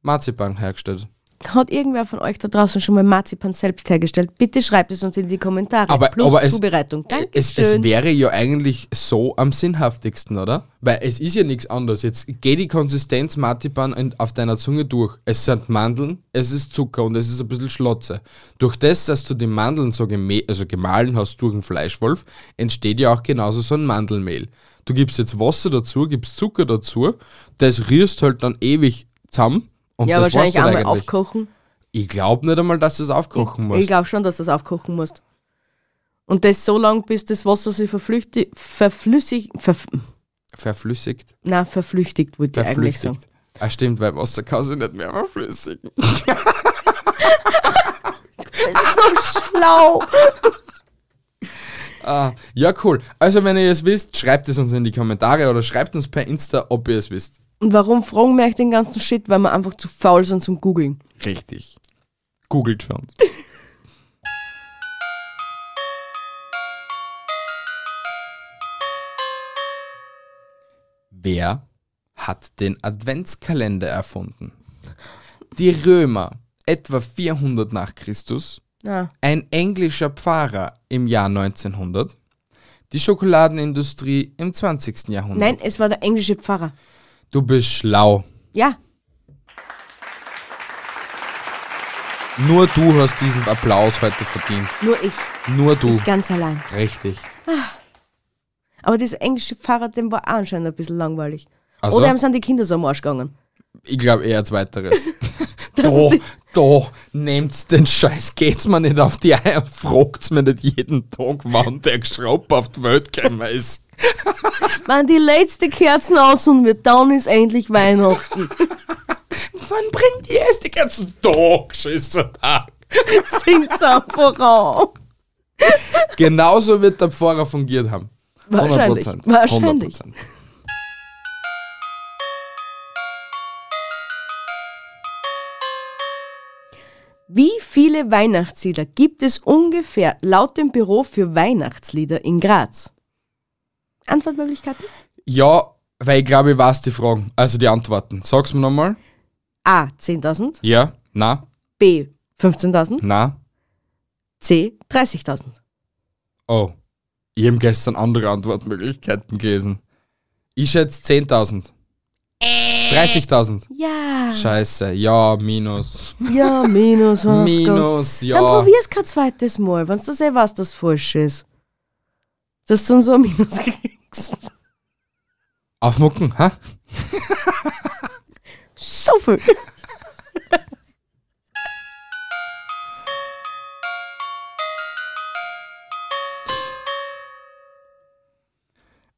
[SPEAKER 3] Marzipan hergestellt.
[SPEAKER 4] Hat irgendwer von euch da draußen schon mal Marzipan selbst hergestellt? Bitte schreibt es uns in die Kommentare.
[SPEAKER 3] Aber-
[SPEAKER 4] Plus
[SPEAKER 3] aber es-
[SPEAKER 4] Zubereitung. Dankeschön.
[SPEAKER 3] Es, es wäre ja eigentlich so am sinnhaftigsten, oder? Weil es ist ja nichts anderes. Jetzt geht die Konsistenz Marzipan in- auf deiner Zunge durch. Es sind Mandeln, es ist Zucker und es ist ein bisschen Schlotze. Durch das, dass du die Mandeln so gemä also gemahlen hast durch den Fleischwolf, entsteht ja auch genauso so ein Mandelmehl. Du gibst jetzt Wasser dazu, gibst Zucker dazu, das rührst halt dann ewig zusammen und
[SPEAKER 4] ja,
[SPEAKER 3] das war's
[SPEAKER 4] wahrscheinlich
[SPEAKER 3] dann
[SPEAKER 4] einmal
[SPEAKER 3] eigentlich.
[SPEAKER 4] aufkochen.
[SPEAKER 3] Ich glaube nicht einmal, dass du es aufkochen musst.
[SPEAKER 4] Ich glaube schon, dass du es aufkochen musst. Und das so lange, bis das Wasser sich verflüchti- verflüssig, verf,
[SPEAKER 3] Verflüssigt.
[SPEAKER 4] nein, verflüchtigt, wollte ich eigentlich sagen.
[SPEAKER 3] Verflüssigt. Ah, stimmt, weil Wasser kann sich nicht mehr verflüssigen.
[SPEAKER 4] So schlau!
[SPEAKER 3] Ah, Ja, cool. Also, wenn ihr es wisst, schreibt es uns in die Kommentare oder schreibt uns per Insta, ob ihr es wisst.
[SPEAKER 4] Und warum fragen wir euch den ganzen Shit? Weil wir einfach zu faul sind zum Googeln.
[SPEAKER 3] Richtig. Googelt für uns. Wer hat den Adventskalender erfunden? Die Römer, etwa 400 nach Christus,
[SPEAKER 4] Na,
[SPEAKER 3] ein englischer Pfarrer im Jahr 1900, die Schokoladenindustrie im 20. Jahrhundert.
[SPEAKER 4] nein, es war der englische Pfarrer.
[SPEAKER 3] Du bist schlau.
[SPEAKER 4] Ja,
[SPEAKER 3] Nur du hast diesen Applaus heute verdient.
[SPEAKER 4] nur ich.
[SPEAKER 3] Nur du.
[SPEAKER 4] Ich ganz allein.
[SPEAKER 3] Richtig.
[SPEAKER 4] Aber das englische Pfarrer, dem war auch anscheinend ein bisschen langweilig.
[SPEAKER 3] Also?
[SPEAKER 4] Oder ihm sind die Kinder so am Arsch gegangen.
[SPEAKER 3] Ich glaube eher zweiteres.
[SPEAKER 4] Das
[SPEAKER 3] da,
[SPEAKER 4] ist die-
[SPEAKER 3] da, nehmt's den Scheiß, geht's mir nicht auf die Eier, fragt's mir nicht jeden Tag, wann der Geschraub auf die Welt gekommen ist.
[SPEAKER 4] Wenn die letzte Kerzen anzünden wird, dann ist endlich Weihnachten.
[SPEAKER 3] Wann bringt die erste ganzen Tag, Schisser Tag?
[SPEAKER 4] Zünd's einfach an.
[SPEAKER 3] Genauso wird der Pfarrer fungiert haben.
[SPEAKER 4] Wahrscheinlich.
[SPEAKER 3] 100%.
[SPEAKER 4] Wahrscheinlich.
[SPEAKER 3] 100%.
[SPEAKER 4] Wie viele Weihnachtslieder gibt es ungefähr laut dem Büro für Weihnachtslieder in Graz? Antwortmöglichkeiten?
[SPEAKER 3] Ja, weil ich glaube, ich weiß die Fragen, also die Antworten. Sag's mir nochmal.
[SPEAKER 4] A. 10.000,
[SPEAKER 3] Ja, na,
[SPEAKER 4] B. 15.000,
[SPEAKER 3] na,
[SPEAKER 4] C. 30.000.
[SPEAKER 3] oh. Ich habe gestern andere Antwortmöglichkeiten gelesen. Ich schätze 10.000.
[SPEAKER 4] Äh.
[SPEAKER 3] 30.000.
[SPEAKER 4] Ja.
[SPEAKER 3] Scheiße, ja, minus.
[SPEAKER 4] Ja, minus. oh Gott.
[SPEAKER 3] minus, ja.
[SPEAKER 4] Dann probier's kein zweites Mal, wenn du eh weißt, dass falsch ist. Dass du so ein Minus kriegst.
[SPEAKER 3] Aufmucken, ha?
[SPEAKER 4] So viel.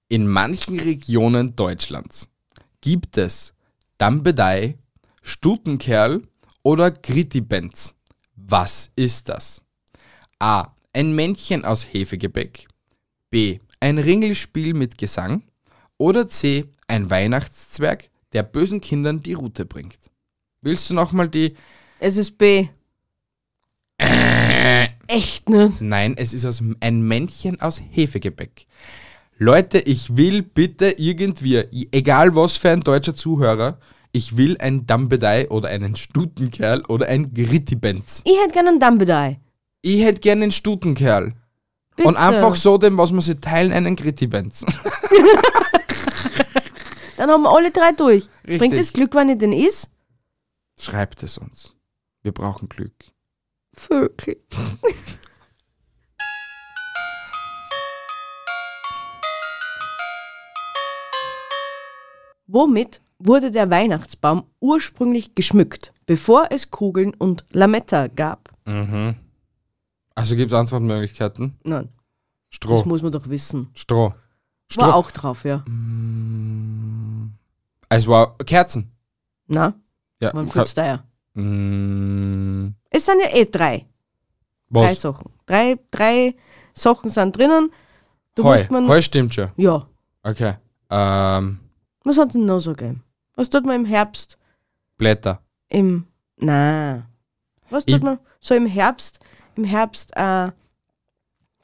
[SPEAKER 3] In manchen Regionen Deutschlands gibt es Dambedei, Stutenkerl oder Gritibenz. Was ist das? A. Ein Männchen aus Hefegebäck. B. Ein Ringelspiel mit Gesang. Oder C. Ein Weihnachtszwerg, der bösen Kindern die Rute bringt. Willst du nochmal die?
[SPEAKER 4] Es ist B.
[SPEAKER 3] Äh.
[SPEAKER 4] Echt, ne?
[SPEAKER 3] Nein, es ist aus ein Männchen aus Hefegebäck. Leute, ich will bitte irgendwie, egal was für ein deutscher Zuhörer, ich will ein Dambedei oder einen Stutenkerl oder ein Grittibenz.
[SPEAKER 4] Ich hätte gerne einen Dumbledore.
[SPEAKER 3] Ich hätte gern einen Stutenkerl.
[SPEAKER 4] Bitte.
[SPEAKER 3] Und einfach so dem, was man sich teilen, einen Grittibenz.
[SPEAKER 4] Dann haben wir alle drei durch.
[SPEAKER 3] Richtig.
[SPEAKER 4] Bringt das Glück, wenn ich den is?
[SPEAKER 3] Schreibt es uns. Wir brauchen Glück.
[SPEAKER 4] Vögel. Womit wurde der Weihnachtsbaum ursprünglich geschmückt, bevor es Kugeln und Lametta gab?
[SPEAKER 3] Also gibt es Antwortmöglichkeiten?
[SPEAKER 4] Nein, das
[SPEAKER 3] Stroh.
[SPEAKER 4] muss man doch wissen.
[SPEAKER 3] Stroh.
[SPEAKER 4] War
[SPEAKER 3] Stroh.
[SPEAKER 4] auch drauf, ja.
[SPEAKER 3] Es war Kerzen.
[SPEAKER 4] Na,
[SPEAKER 3] Ja.
[SPEAKER 4] man fühlt's da ja.
[SPEAKER 3] Mm,
[SPEAKER 4] Es sind ja eh drei. Drei
[SPEAKER 3] was?
[SPEAKER 4] Sachen. Drei, drei Sachen sind drinnen. Du
[SPEAKER 3] Heu.
[SPEAKER 4] musst man.
[SPEAKER 3] Heu stimmt schon.
[SPEAKER 4] Ja.
[SPEAKER 3] Okay. Ähm,
[SPEAKER 4] Was hat denn noch so gegeben? Was tut man im Herbst?
[SPEAKER 3] Blätter.
[SPEAKER 4] Im. Na. Was
[SPEAKER 3] Ich-
[SPEAKER 4] tut man so im Herbst? Im Herbst äh,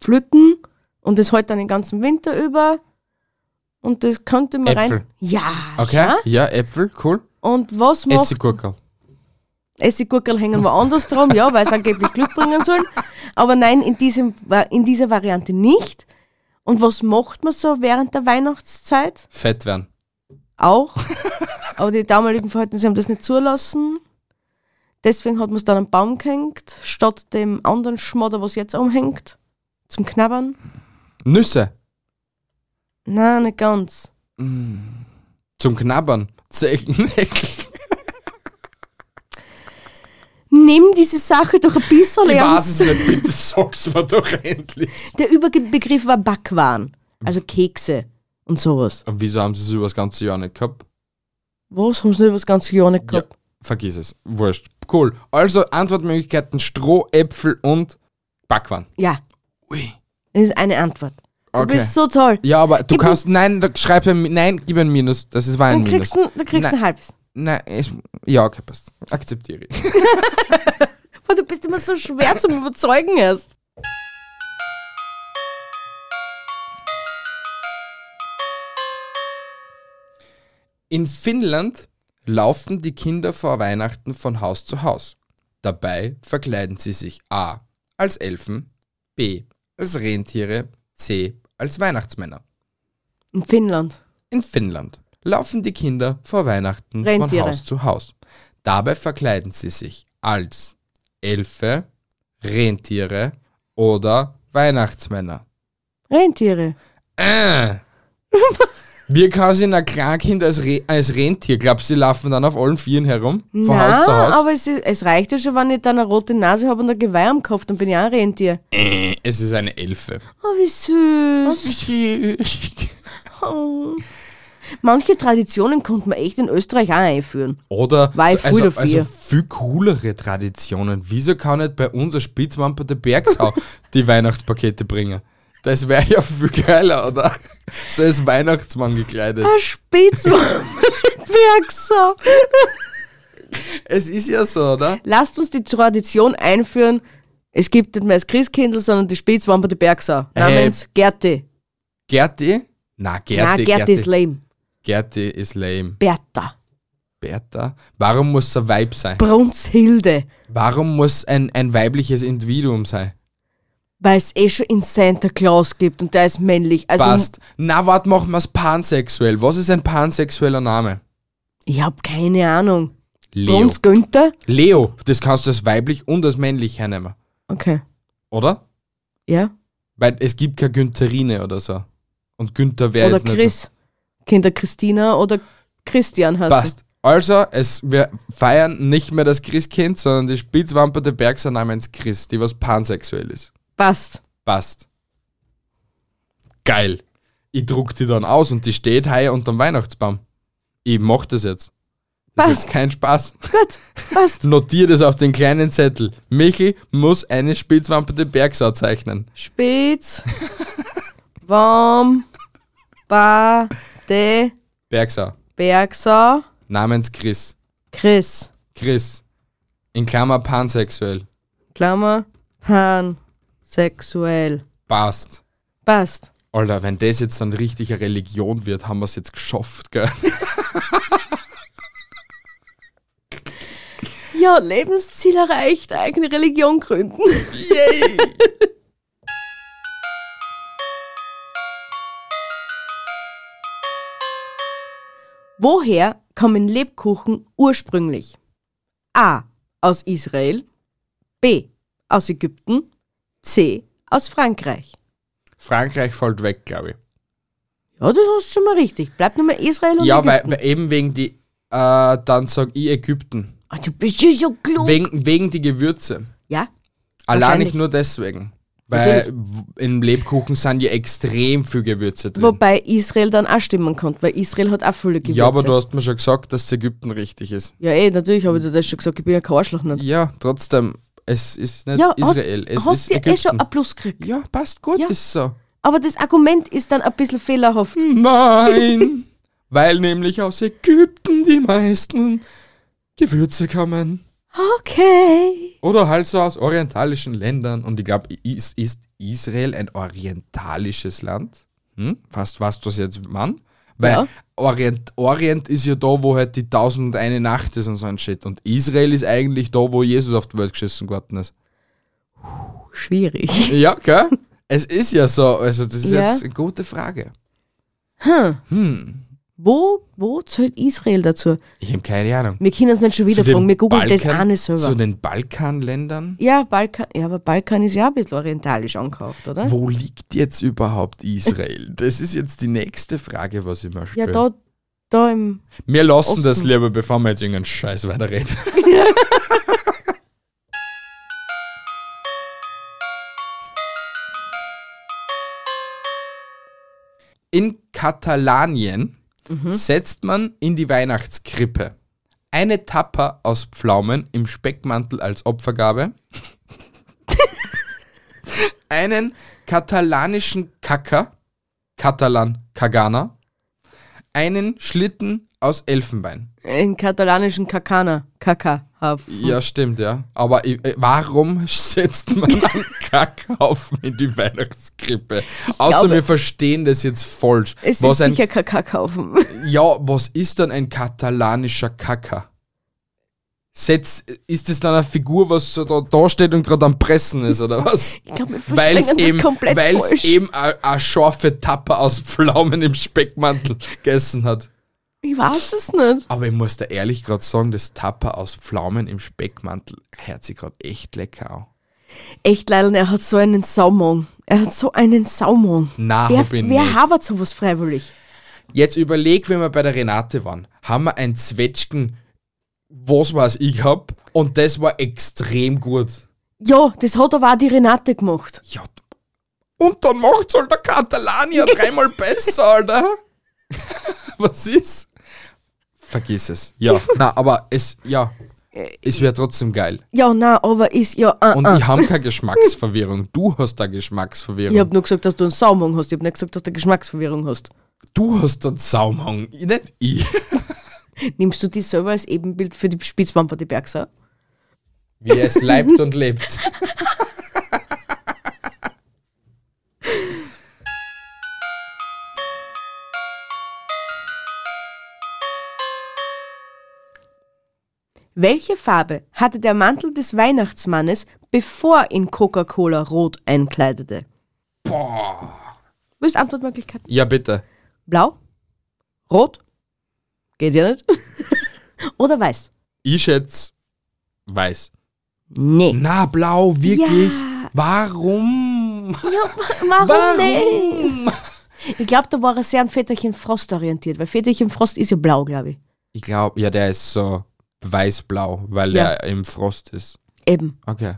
[SPEAKER 4] pflücken und das halt dann den ganzen Winter über. Und das könnte man
[SPEAKER 3] Äpfel.
[SPEAKER 4] rein. Ja,
[SPEAKER 3] Okay.
[SPEAKER 4] schau.
[SPEAKER 3] Ja, Äpfel, cool.
[SPEAKER 4] Und was macht
[SPEAKER 3] Essiggurkel.
[SPEAKER 4] Essiggurkel hängen woanders dran, ja, weil es angeblich Glück bringen sollen. Aber nein, in, diesem, in dieser Variante nicht. Und was macht man so während der Weihnachtszeit?
[SPEAKER 3] Fett werden.
[SPEAKER 4] Auch. Aber die damaligen Verhältnisse haben das nicht zulassen. Deswegen hat man es dann am Baum gehängt, statt dem anderen Schmodder, was jetzt umhängt, zum Knabbern.
[SPEAKER 3] Nüsse.
[SPEAKER 4] Nein, nicht ganz.
[SPEAKER 3] Zum Knabbern. Zechennägel.
[SPEAKER 4] Nimm diese Sache doch ein bisschen
[SPEAKER 3] Ich weiß
[SPEAKER 4] ernst.
[SPEAKER 3] es nicht, bitte sag's mir doch endlich.
[SPEAKER 4] Der Überbegriff war Backwaren, also Kekse und sowas.
[SPEAKER 3] Und wieso haben sie es über das ganze Jahr nicht gehabt?
[SPEAKER 4] Was haben sie über das ganze Jahr nicht
[SPEAKER 3] Ja,
[SPEAKER 4] gehabt?
[SPEAKER 3] vergiss es. Wurscht. Cool. Also Antwortmöglichkeiten Stroh, Äpfel und Backwaren.
[SPEAKER 4] Ja.
[SPEAKER 3] Ui.
[SPEAKER 4] Das ist eine Antwort. Du
[SPEAKER 3] Okay.
[SPEAKER 4] bist so toll.
[SPEAKER 3] Ja, aber du
[SPEAKER 4] Ich
[SPEAKER 3] kannst, nein, da schreib ein, Mi- nein, gib ein Minus, das ist war ein
[SPEAKER 4] Dann
[SPEAKER 3] Minus.
[SPEAKER 4] kriegst du, dann kriegst du ein halbes.
[SPEAKER 3] Nein, es, ja, okay, passt. Akzeptiere ich.
[SPEAKER 4] Boah, du bist immer so schwer zum Überzeugen erst.
[SPEAKER 3] In Finnland laufen die Kinder vor Weihnachten von Haus zu Haus. Dabei verkleiden sie sich A als Elfen, B als Rentiere, C als Weihnachtsmänner.
[SPEAKER 4] In Finnland.
[SPEAKER 3] In Finnland laufen die Kinder vor Weihnachten
[SPEAKER 4] Rentiere.
[SPEAKER 3] von Haus zu Haus. Dabei verkleiden sie sich als Elfe, Rentiere oder Weihnachtsmänner.
[SPEAKER 4] Rentiere.
[SPEAKER 3] Äh. Wir kaufen ein Kleinkind als, Re als Rentier. Glaubst du, die laufen dann auf allen Vieren herum? Von
[SPEAKER 4] Na,
[SPEAKER 3] Haus zu Haus?
[SPEAKER 4] aber es, ist, es reicht ja schon, wenn ich dann eine rote Nase habe und ein Geweih am Kopf, dann bin ich auch ein Rentier.
[SPEAKER 3] Äh, Es ist eine Elfe.
[SPEAKER 4] Oh, wie süß. Oh. Manche Traditionen konnte man echt in Österreich auch einführen.
[SPEAKER 3] Oder
[SPEAKER 4] War ich
[SPEAKER 3] so- also,
[SPEAKER 4] voll dafür.
[SPEAKER 3] also viel coolere Traditionen. Wieso kann nicht bei uns ein Spitzwamper der Bergsau die Weihnachtspakete bringen? Das wäre ja viel geiler, oder? So als Weihnachtsmann gekleidet.
[SPEAKER 4] Ein Spitzwerksau.
[SPEAKER 3] Es ist ja so, oder?
[SPEAKER 4] Lasst uns die Tradition einführen. Es gibt nicht mehr das Christkindl, sondern die Spitzwampe der Bergsau.
[SPEAKER 3] Hey.
[SPEAKER 4] Namens Gerti.
[SPEAKER 3] Gerti? Na, Gerti,
[SPEAKER 4] Nein, Gerti ist lame.
[SPEAKER 3] Gerti ist lame.
[SPEAKER 4] Bertha.
[SPEAKER 3] Bertha? Warum muss es ein Weib sein?
[SPEAKER 4] Brunshilde.
[SPEAKER 3] Warum muss ein, ein weibliches Individuum sein?
[SPEAKER 4] Weil es eh schon in Santa Claus gibt und der ist männlich. Also,
[SPEAKER 3] Passt. Na, warte, machen wir es pansexuell. Was ist ein pansexueller Name?
[SPEAKER 4] Ich habe keine Ahnung.
[SPEAKER 3] Leo.
[SPEAKER 4] Bruns Günther?
[SPEAKER 3] Leo. Das kannst du als weiblich und als männlich hernehmen,
[SPEAKER 4] Okay.
[SPEAKER 3] oder?
[SPEAKER 4] Ja.
[SPEAKER 3] Weil es gibt keine Güntherine oder so. Und Günther wäre
[SPEAKER 4] oder
[SPEAKER 3] jetzt nicht so.
[SPEAKER 4] Chris. Kinder Christina oder Christian heißt
[SPEAKER 3] Passt. Also, es, wir feiern nicht mehr das Christkind, sondern die Spitzwamperte Bergser namens Chris, die was pansexuell ist.
[SPEAKER 4] Passt.
[SPEAKER 3] Passt. Geil. Ich druck die dann aus und die steht heuer unterm Weihnachtsbaum. Ich mach das jetzt. Das ist
[SPEAKER 4] Passt.
[SPEAKER 3] jetzt kein Spaß.
[SPEAKER 4] Gut. Passt.
[SPEAKER 3] Notier das auf den kleinen Zettel. Michel muss eine Spitzwamperte Bergsau zeichnen.
[SPEAKER 4] Spitz. Warm. Ba. De.
[SPEAKER 3] Bergsau.
[SPEAKER 4] Bergsau.
[SPEAKER 3] Namens Chris.
[SPEAKER 4] Chris.
[SPEAKER 3] Chris. In Klammer pansexuell.
[SPEAKER 4] Klammer. Pan. Sexuell.
[SPEAKER 3] Passt.
[SPEAKER 4] Passt.
[SPEAKER 3] Alter, wenn das jetzt dann richtig eine Religion wird, haben wir es jetzt geschafft, gell?
[SPEAKER 4] Ja, Lebensziel erreicht, eigene Religion gründen. Woher kommen Lebkuchen ursprünglich? A. Aus Israel. B. Aus Ägypten. C. Aus Frankreich.
[SPEAKER 3] Frankreich fällt weg, glaube ich.
[SPEAKER 4] Ja, das hast du schon mal richtig. Bleibt nur mal Israel und
[SPEAKER 3] Ja, weil,
[SPEAKER 4] Ägypten.
[SPEAKER 3] weil eben wegen die, äh, dann sag ich Ägypten.
[SPEAKER 4] Ah, du bist ja so klug.
[SPEAKER 3] Wegen, wegen die Gewürze.
[SPEAKER 4] ja,
[SPEAKER 3] Allein
[SPEAKER 4] Wahrscheinlich.
[SPEAKER 3] nicht nur deswegen. Weil w- im Lebkuchen sind ja extrem viel Gewürze drin.
[SPEAKER 4] wobei Israel dann auch stimmen konnte, weil Israel hat auch viele Gewürze.
[SPEAKER 3] Ja, aber du hast mir schon gesagt, dass Ägypten richtig ist.
[SPEAKER 4] Ja, eh, natürlich habe ich dir das schon gesagt, ich bin ja kein Arschloch nicht.
[SPEAKER 3] Ja, trotzdem, es ist nicht
[SPEAKER 4] Ja,
[SPEAKER 3] Israel,
[SPEAKER 4] hast,
[SPEAKER 3] es
[SPEAKER 4] hast
[SPEAKER 3] ist
[SPEAKER 4] dir
[SPEAKER 3] Ägypten.
[SPEAKER 4] eh schon ein Plus gekriegt.
[SPEAKER 3] ja, passt gut,
[SPEAKER 4] Ja.
[SPEAKER 3] ist so.
[SPEAKER 4] Aber das Argument ist dann ein bisschen fehlerhaft.
[SPEAKER 3] Nein, weil nämlich aus Ägypten die meisten Gewürze kommen.
[SPEAKER 4] Okay.
[SPEAKER 3] Oder halt so aus orientalischen Ländern. Und ich glaube, ist, ist Israel ein orientalisches Land? Hm? Fast was das jetzt, Mann? Weil
[SPEAKER 4] Ja.
[SPEAKER 3] Orient, Orient ist ja da, wo halt die tausendundeine Nacht ist und so ein Shit. Und Israel ist eigentlich da, wo Jesus auf die Welt geschissen geworden ist.
[SPEAKER 4] Schwierig.
[SPEAKER 3] Ja, gell? es ist ja so. Also, das ist
[SPEAKER 4] Ja.
[SPEAKER 3] jetzt eine gute Frage.
[SPEAKER 4] Hm.
[SPEAKER 3] Hm.
[SPEAKER 4] Wo, wo zählt Israel dazu?
[SPEAKER 3] Ich habe keine Ahnung.
[SPEAKER 4] Wir können es nicht schon
[SPEAKER 3] Zu
[SPEAKER 4] wieder
[SPEAKER 3] den
[SPEAKER 4] fragen, wir googeln das
[SPEAKER 3] Balkan-
[SPEAKER 4] eine selber.
[SPEAKER 3] Zu den Balkanländern?
[SPEAKER 4] ja, Balkan, ja, aber Balkan ist ja ein bisschen orientalisch angehaucht, oder?
[SPEAKER 3] Wo liegt jetzt überhaupt Israel? Das ist jetzt die nächste Frage, was ich mir
[SPEAKER 4] Ja,
[SPEAKER 3] stelle.
[SPEAKER 4] da, da im.
[SPEAKER 3] Wir lassen das
[SPEAKER 4] Osten.
[SPEAKER 3] lieber, bevor wir jetzt irgendeinen Scheiß weiterreden. In Katalanien setzt man in die Weihnachtskrippe eine Tappa aus Pflaumen im Speckmantel als Opfergabe, einen katalanischen Kacker, Katalan Kagana, einen Schlitten aus Elfenbein.
[SPEAKER 4] In katalanischen Kakana. Kaka. hab-
[SPEAKER 3] Ja, stimmt, ja. Aber i- äh, warum setzt man einen Kackhaufen in die Weihnachtskrippe? Außer
[SPEAKER 4] glaube-
[SPEAKER 3] wir verstehen das jetzt falsch.
[SPEAKER 4] Es
[SPEAKER 3] was
[SPEAKER 4] ist
[SPEAKER 3] ein,
[SPEAKER 4] sicher Kaka kaufen.
[SPEAKER 3] ja, was ist dann ein katalanischer Kacker? Setz, ist das dann eine Figur, was so da, da steht und gerade am Pressen ist, oder was?
[SPEAKER 4] Ich glaube, wir
[SPEAKER 3] Weil es
[SPEAKER 4] verschlingen das
[SPEAKER 3] eben,
[SPEAKER 4] komplett
[SPEAKER 3] weil's
[SPEAKER 4] falsch.
[SPEAKER 3] eben eine scharfe Tappe aus Pflaumen im Speckmantel gegessen hat.
[SPEAKER 4] Ich weiß es nicht.
[SPEAKER 3] Aber ich muss da ehrlich gerade sagen, das Tapper aus Pflaumen im Speckmantel hört sich gerade echt lecker an.
[SPEAKER 4] Echt leider, er hat so einen Saumon. Er hat so einen Saumon.
[SPEAKER 3] Na,
[SPEAKER 4] wer
[SPEAKER 3] hab ich nicht.
[SPEAKER 4] wer habert sowas freiwillig?
[SPEAKER 3] Jetzt überleg, wenn wir bei der Renate waren, haben wir ein Zwetschgen, was weiß ich gehabt, und das war extrem gut.
[SPEAKER 4] Ja, das hat aber auch die Renate gemacht.
[SPEAKER 3] Ja, und dann macht's halt der Katalanier dreimal besser, Alter. Was ist? Vergiss es. Ja, na, aber es, ja, es wäre trotzdem geil.
[SPEAKER 4] Ja, na, aber ist ja. ah,
[SPEAKER 3] Und
[SPEAKER 4] Äh, ah.
[SPEAKER 3] ich habe keine Geschmacksverwirrung. Du hast da Geschmacksverwirrung.
[SPEAKER 4] Ich hab nur gesagt, dass du einen Saumung hast. Ich hab nicht gesagt, dass du Geschmacksverwirrung hast.
[SPEAKER 3] Du hast einen Saumhang, nicht ich.
[SPEAKER 4] Nimmst du dich selber als Ebenbild für die Spitzwamper die Bergsau?
[SPEAKER 3] Wie es leibt und lebt.
[SPEAKER 4] Welche Farbe hatte der Mantel des Weihnachtsmannes, bevor ihn Coca-Cola rot einkleidete? Boah. Willst du Antwortmöglichkeiten?
[SPEAKER 3] Ja, bitte.
[SPEAKER 4] Blau? Rot? Geht ja nicht. Oder weiß?
[SPEAKER 3] Ich schätze weiß.
[SPEAKER 4] Nee.
[SPEAKER 3] Na, blau, wirklich?
[SPEAKER 4] Ja.
[SPEAKER 3] Warum?
[SPEAKER 4] Warum, nicht?
[SPEAKER 3] Warum?
[SPEAKER 4] Ich glaube, da war er sehr an Väterchen Frost orientiert, weil Väterchen Frost ist ja blau, glaube ich.
[SPEAKER 3] Ich glaube, ja, der ist so weiß-blau, weil
[SPEAKER 4] Ja.
[SPEAKER 3] er im Frost ist.
[SPEAKER 4] Eben.
[SPEAKER 3] Okay.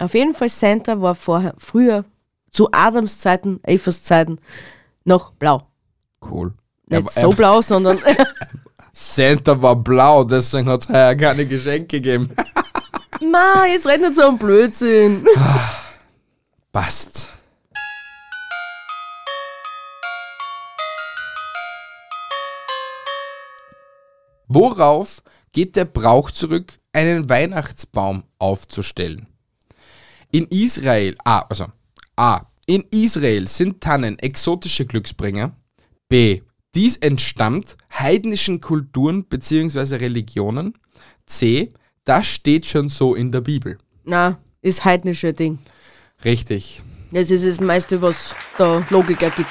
[SPEAKER 4] Auf jeden Fall Santa war vorher, früher, zu Adams Zeiten, Evas Zeiten, noch blau.
[SPEAKER 3] Cool. Er
[SPEAKER 4] Nicht
[SPEAKER 3] war-
[SPEAKER 4] so
[SPEAKER 3] er-
[SPEAKER 4] blau, sondern
[SPEAKER 3] Santa war blau, deswegen hat es ja keine Geschenke gegeben.
[SPEAKER 4] Ma, jetzt red nicht so ein Blödsinn.
[SPEAKER 3] Passt. Worauf geht der Brauch zurück, einen Weihnachtsbaum aufzustellen? In Israel, A, also A. In Israel sind Tannen exotische Glücksbringer. B. Dies entstammt heidnischen Kulturen bzw. Religionen. C. Das steht schon so in der Bibel.
[SPEAKER 4] Na, ist heidnische Ding.
[SPEAKER 3] Richtig.
[SPEAKER 4] Das ist das meiste, was da Logik ergibt.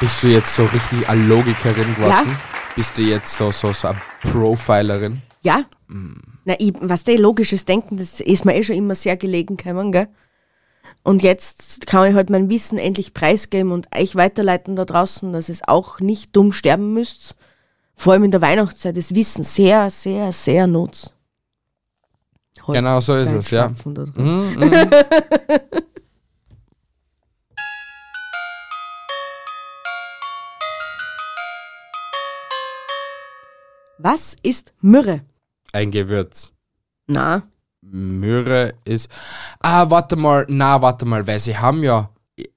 [SPEAKER 3] Bist du jetzt so richtig eine Logikerin geworden?
[SPEAKER 4] Ja.
[SPEAKER 3] Bist du jetzt so, so, so eine Profilerin?
[SPEAKER 4] Ja?
[SPEAKER 3] Mm.
[SPEAKER 4] Na, ich, was der logisches Denken, das ist mir eh schon immer sehr gelegen gekommen, gell? Und jetzt kann ich halt mein Wissen endlich preisgeben und euch weiterleiten da draußen, dass es auch nicht dumm sterben müsst. Vor allem in der Weihnachtszeit ist Wissen sehr, sehr, sehr nutz. Halt
[SPEAKER 3] Genau so ist
[SPEAKER 4] kein
[SPEAKER 3] es, ja. Mhm,
[SPEAKER 4] Schnapfen da drin. Was ist Myrrhe?
[SPEAKER 3] Ein Gewürz.
[SPEAKER 4] Na,
[SPEAKER 3] Möhre ist. Ah, warte mal. Na, warte mal, weil sie haben ja.